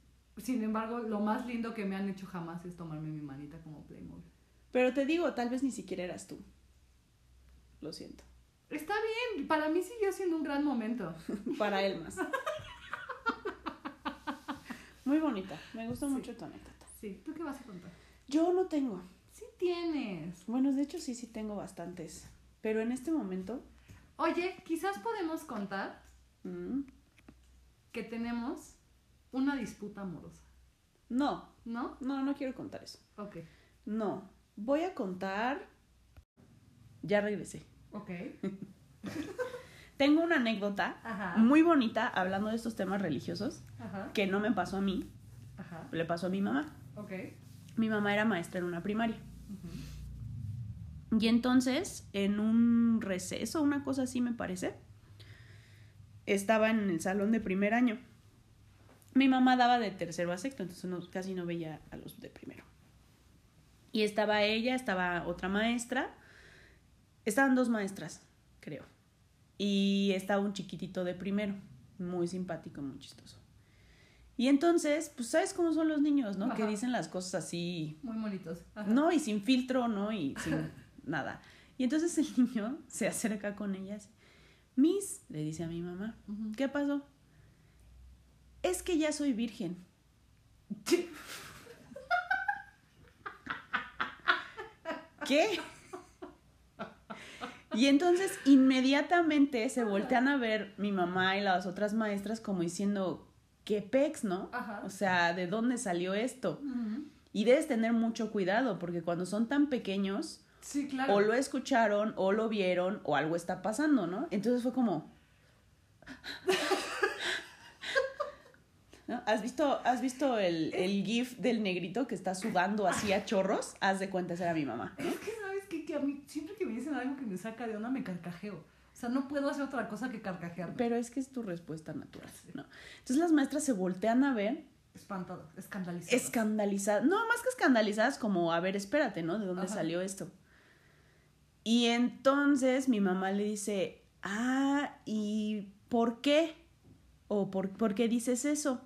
S1: eh, Sin embargo, lo más lindo que me han hecho jamás es tomarme mi manita como Playmobil.
S2: Pero te digo, tal vez ni siquiera eras tú. Lo siento.
S1: Está bien, para mí siguió siendo un gran momento.
S2: Para él más. Muy bonita. Me gustó
S1: Sí.
S2: mucho tu anécdota.
S1: Sí, ¿tú qué vas a contar?
S2: Yo no tengo.
S1: Sí tienes.
S2: Bueno, de hecho sí, sí tengo bastantes. Pero en este momento...
S1: Oye, quizás podemos contar
S2: mm,
S1: que tenemos una disputa amorosa,
S2: no,
S1: ¿no?
S2: no, no quiero contar eso.
S1: Ok.
S2: No. Voy a contar... Ya regresé.
S1: Ok.
S2: Tengo una anécdota
S1: Ajá.
S2: muy bonita hablando de estos temas religiosos
S1: Ajá.
S2: que no me pasó a mí,
S1: Ajá.
S2: le pasó a mi mamá.
S1: Ok.
S2: Mi mamá era maestra en una primaria.
S1: Ujú.
S2: Y entonces, en un receso, una cosa así me parece, estaba en el salón de primer año. Mi mamá daba de tercero a sexto, entonces no- casi no veía a los de primero. Y estaba ella, estaba otra maestra, estaban dos maestras, creo. Y estaba un chiquitito de primero, muy simpático, muy chistoso. Y entonces, pues sabes cómo son los niños, ¿no? Que
S1: Ajá.
S2: dicen las cosas así
S1: Muy bonitos. Ajá.
S2: no, y sin filtro, ¿no? Y sin nada. Y entonces el niño se acerca con ella. así, Miss, le dice a mi mamá,
S1: Ujú.
S2: ¿qué pasó? Es que ya soy virgen. ¿Qué? Y entonces inmediatamente se voltean a ver mi mamá y las otras maestras como diciendo, ¿qué pex, no?
S1: Ajá.
S2: O sea, ¿de dónde salió esto?
S1: Ujú.
S2: Y debes tener mucho cuidado porque cuando son tan pequeños,
S1: Sí, claro.
S2: o lo escucharon, o lo vieron, o algo está pasando, ¿no? Entonces fue como... ¿No? ¿Has visto, has visto el, el GIF del negrito que está sudando así a chorros? Haz de cuenta, esa era mi mamá.
S1: Es que sabes qué? que a mí siempre que me dicen algo que me saca de onda me carcajeo. O sea, no puedo hacer otra cosa que carcajearme.
S2: Pero es que es tu respuesta natural, ¿no? Entonces las maestras se voltean a ver,
S1: Espantado, escandalizado.
S2: escandalizadas, no, más que escandalizadas, como, a ver, espérate, ¿no? ¿De dónde
S1: Ajá.
S2: salió esto? Y entonces mi mamá le dice, ah, ¿y por qué? ¿O por, por qué dices eso?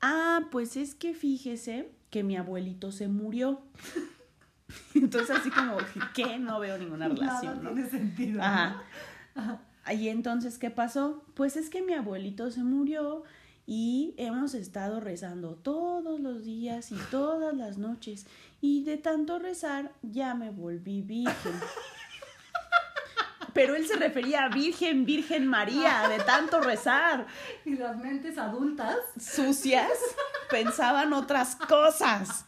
S2: Ah, pues es que fíjese que mi abuelito se murió. Entonces así como, ¿qué? No veo ninguna
S1: Nada
S2: relación, ¿no?
S1: tiene sentido. ¿no?
S2: Ajá. Y entonces, ¿qué pasó? Pues es que mi abuelito se murió Y hemos estado rezando todos los días y todas las noches. Y de tanto rezar ya me volví virgen. Pero él se refería a Virgen, Virgen María, de tanto rezar.
S1: Y las mentes adultas.
S2: Sucias pensaban otras cosas.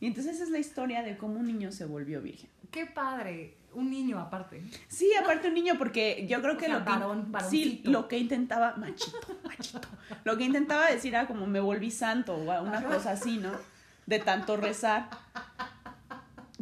S2: Y entonces es la historia de cómo un niño se volvió virgen.
S1: Qué padre. Un niño aparte.
S2: Sí, aparte un niño, porque yo creo
S1: O
S2: que
S1: sea,
S2: lo que
S1: varón,
S2: sí,
S1: varoncito.
S2: lo que intentaba, machito, machito, lo que intentaba decir era como me volví santo o una cosa así, ¿no? De tanto rezar.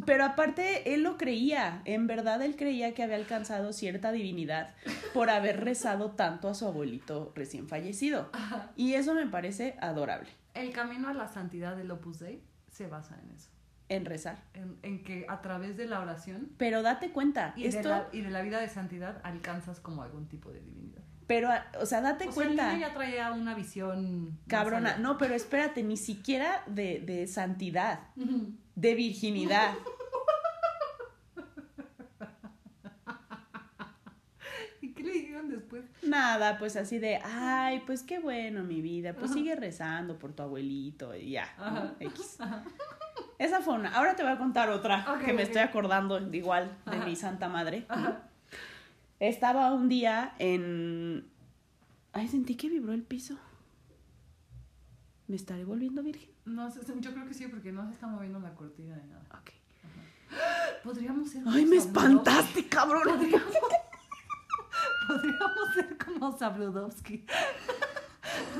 S2: Pero aparte él lo creía, en verdad él creía que había alcanzado cierta divinidad por haber rezado tanto a su abuelito recién fallecido. Y eso me parece adorable,
S1: El camino a la santidad del Opus Dei se basa en eso.
S2: en rezar.
S1: En, en que a través de la oración
S2: Pero date cuenta,
S1: y, de
S2: esto,
S1: la, y de la vida de santidad alcanzas como algún tipo de divinidad.
S2: pero, o sea, date
S1: O sea, el
S2: cuenta.
S1: niño ya traía una visión. más
S2: Cabrona,
S1: allá.
S2: no, pero espérate, ni siquiera de, de santidad,
S1: Ujú.
S2: de virginidad.
S1: ¿Y qué le dijeron después?
S2: Nada, pues así de, ay, pues qué bueno mi vida, pues sigue rezando por tu abuelito y ya. ¿no?
S1: Ajá.
S2: X. Esa fue una. Ahora te voy a contar otra
S1: Ok,
S2: que me
S1: ok.
S2: estoy acordando de igual de
S1: Ajá.
S2: mi santa madre. ¿no?
S1: Ajá.
S2: Estaba un día en... Ay, sentí que vibró el piso. ¿Me estaré volviendo virgen?
S1: No sé, se- yo creo que sí, porque no se está moviendo la cortina ni nada.
S2: Ok.
S1: Podríamos ser.
S2: Ay,
S1: como
S2: me
S1: Sabludowski.
S2: espantaste, cabrón.
S1: Podríamos, podríamos ser como Sabludowski.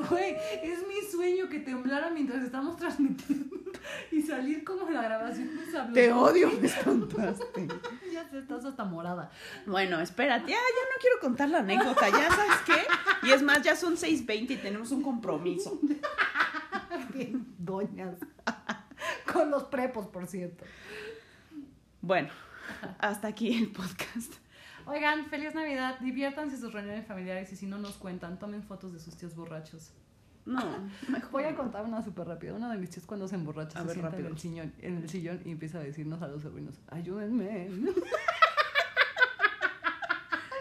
S1: Güey, es mi sueño que temblara mientras estamos transmitiendo y salir como la grabación de Sabludowski.
S2: Te odio, me espantaste.
S1: Ya te estás hasta morada.
S2: Bueno, espérate, ya, ya no quiero contar la anécdota, ya sabes qué. Y es más, ya son 6.20 y tenemos un compromiso.
S1: Bien, Doñas. Con los prepos, por cierto.
S2: Bueno, hasta aquí el podcast.
S1: Oigan, feliz Navidad. Diviértanse en sus reuniones familiares y si no nos cuentan, tomen fotos de sus tíos borrachos.
S2: No,
S1: Voy a
S2: mejor.
S1: contar una súper rápida. Una de mis tías cuando se emborracha
S2: A
S1: se
S2: ver,
S1: sienta en
S2: rápido.
S1: el, sillón, en el sillón y empieza a decirnos a los sobrinos, ayúdenme,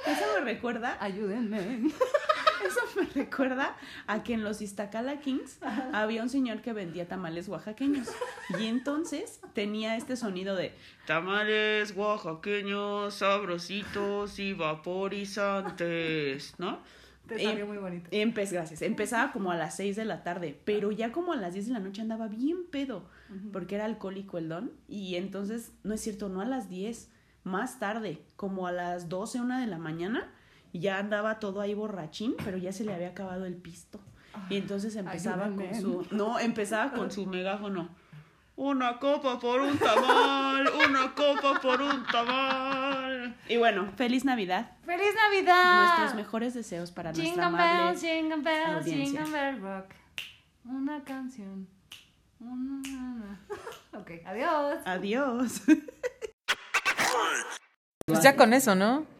S2: Eso me recuerda,
S1: ayúdenme.
S2: eso me recuerda a que en los Iztacala Kings había un señor que vendía tamales oaxaqueños. Y entonces tenía este sonido de tamales oaxaqueños, sabrositos y vaporizantes, ¿no?
S1: Te
S2: Y-
S1: salió muy bonito.
S2: Empe- gracias. Empezaba como a las 6 de la tarde, pero ya como a las 10 de la noche andaba bien pedo, porque era alcohólico el don. Y entonces, no es cierto, no a las 10, más tarde, como a las 12, una de la mañana, y ya andaba todo ahí borrachín, pero ya se le había acabado el pisto. Y entonces empezaba con
S1: ayúdame.
S2: su. No, empezaba con su megáfono. Una copa por un tamal, una copa por un tamal. Y bueno, feliz Navidad.
S1: ¡Feliz Navidad!
S2: Nuestros mejores deseos para
S1: Ah.
S2: nuestra
S1: Jingle
S2: amable
S1: bells, jingle bells,
S2: audiencia.
S1: jingle bell rock. Una canción. Una- Ok, adiós.
S2: Adiós.
S4: Pues ya con eso, ¿no?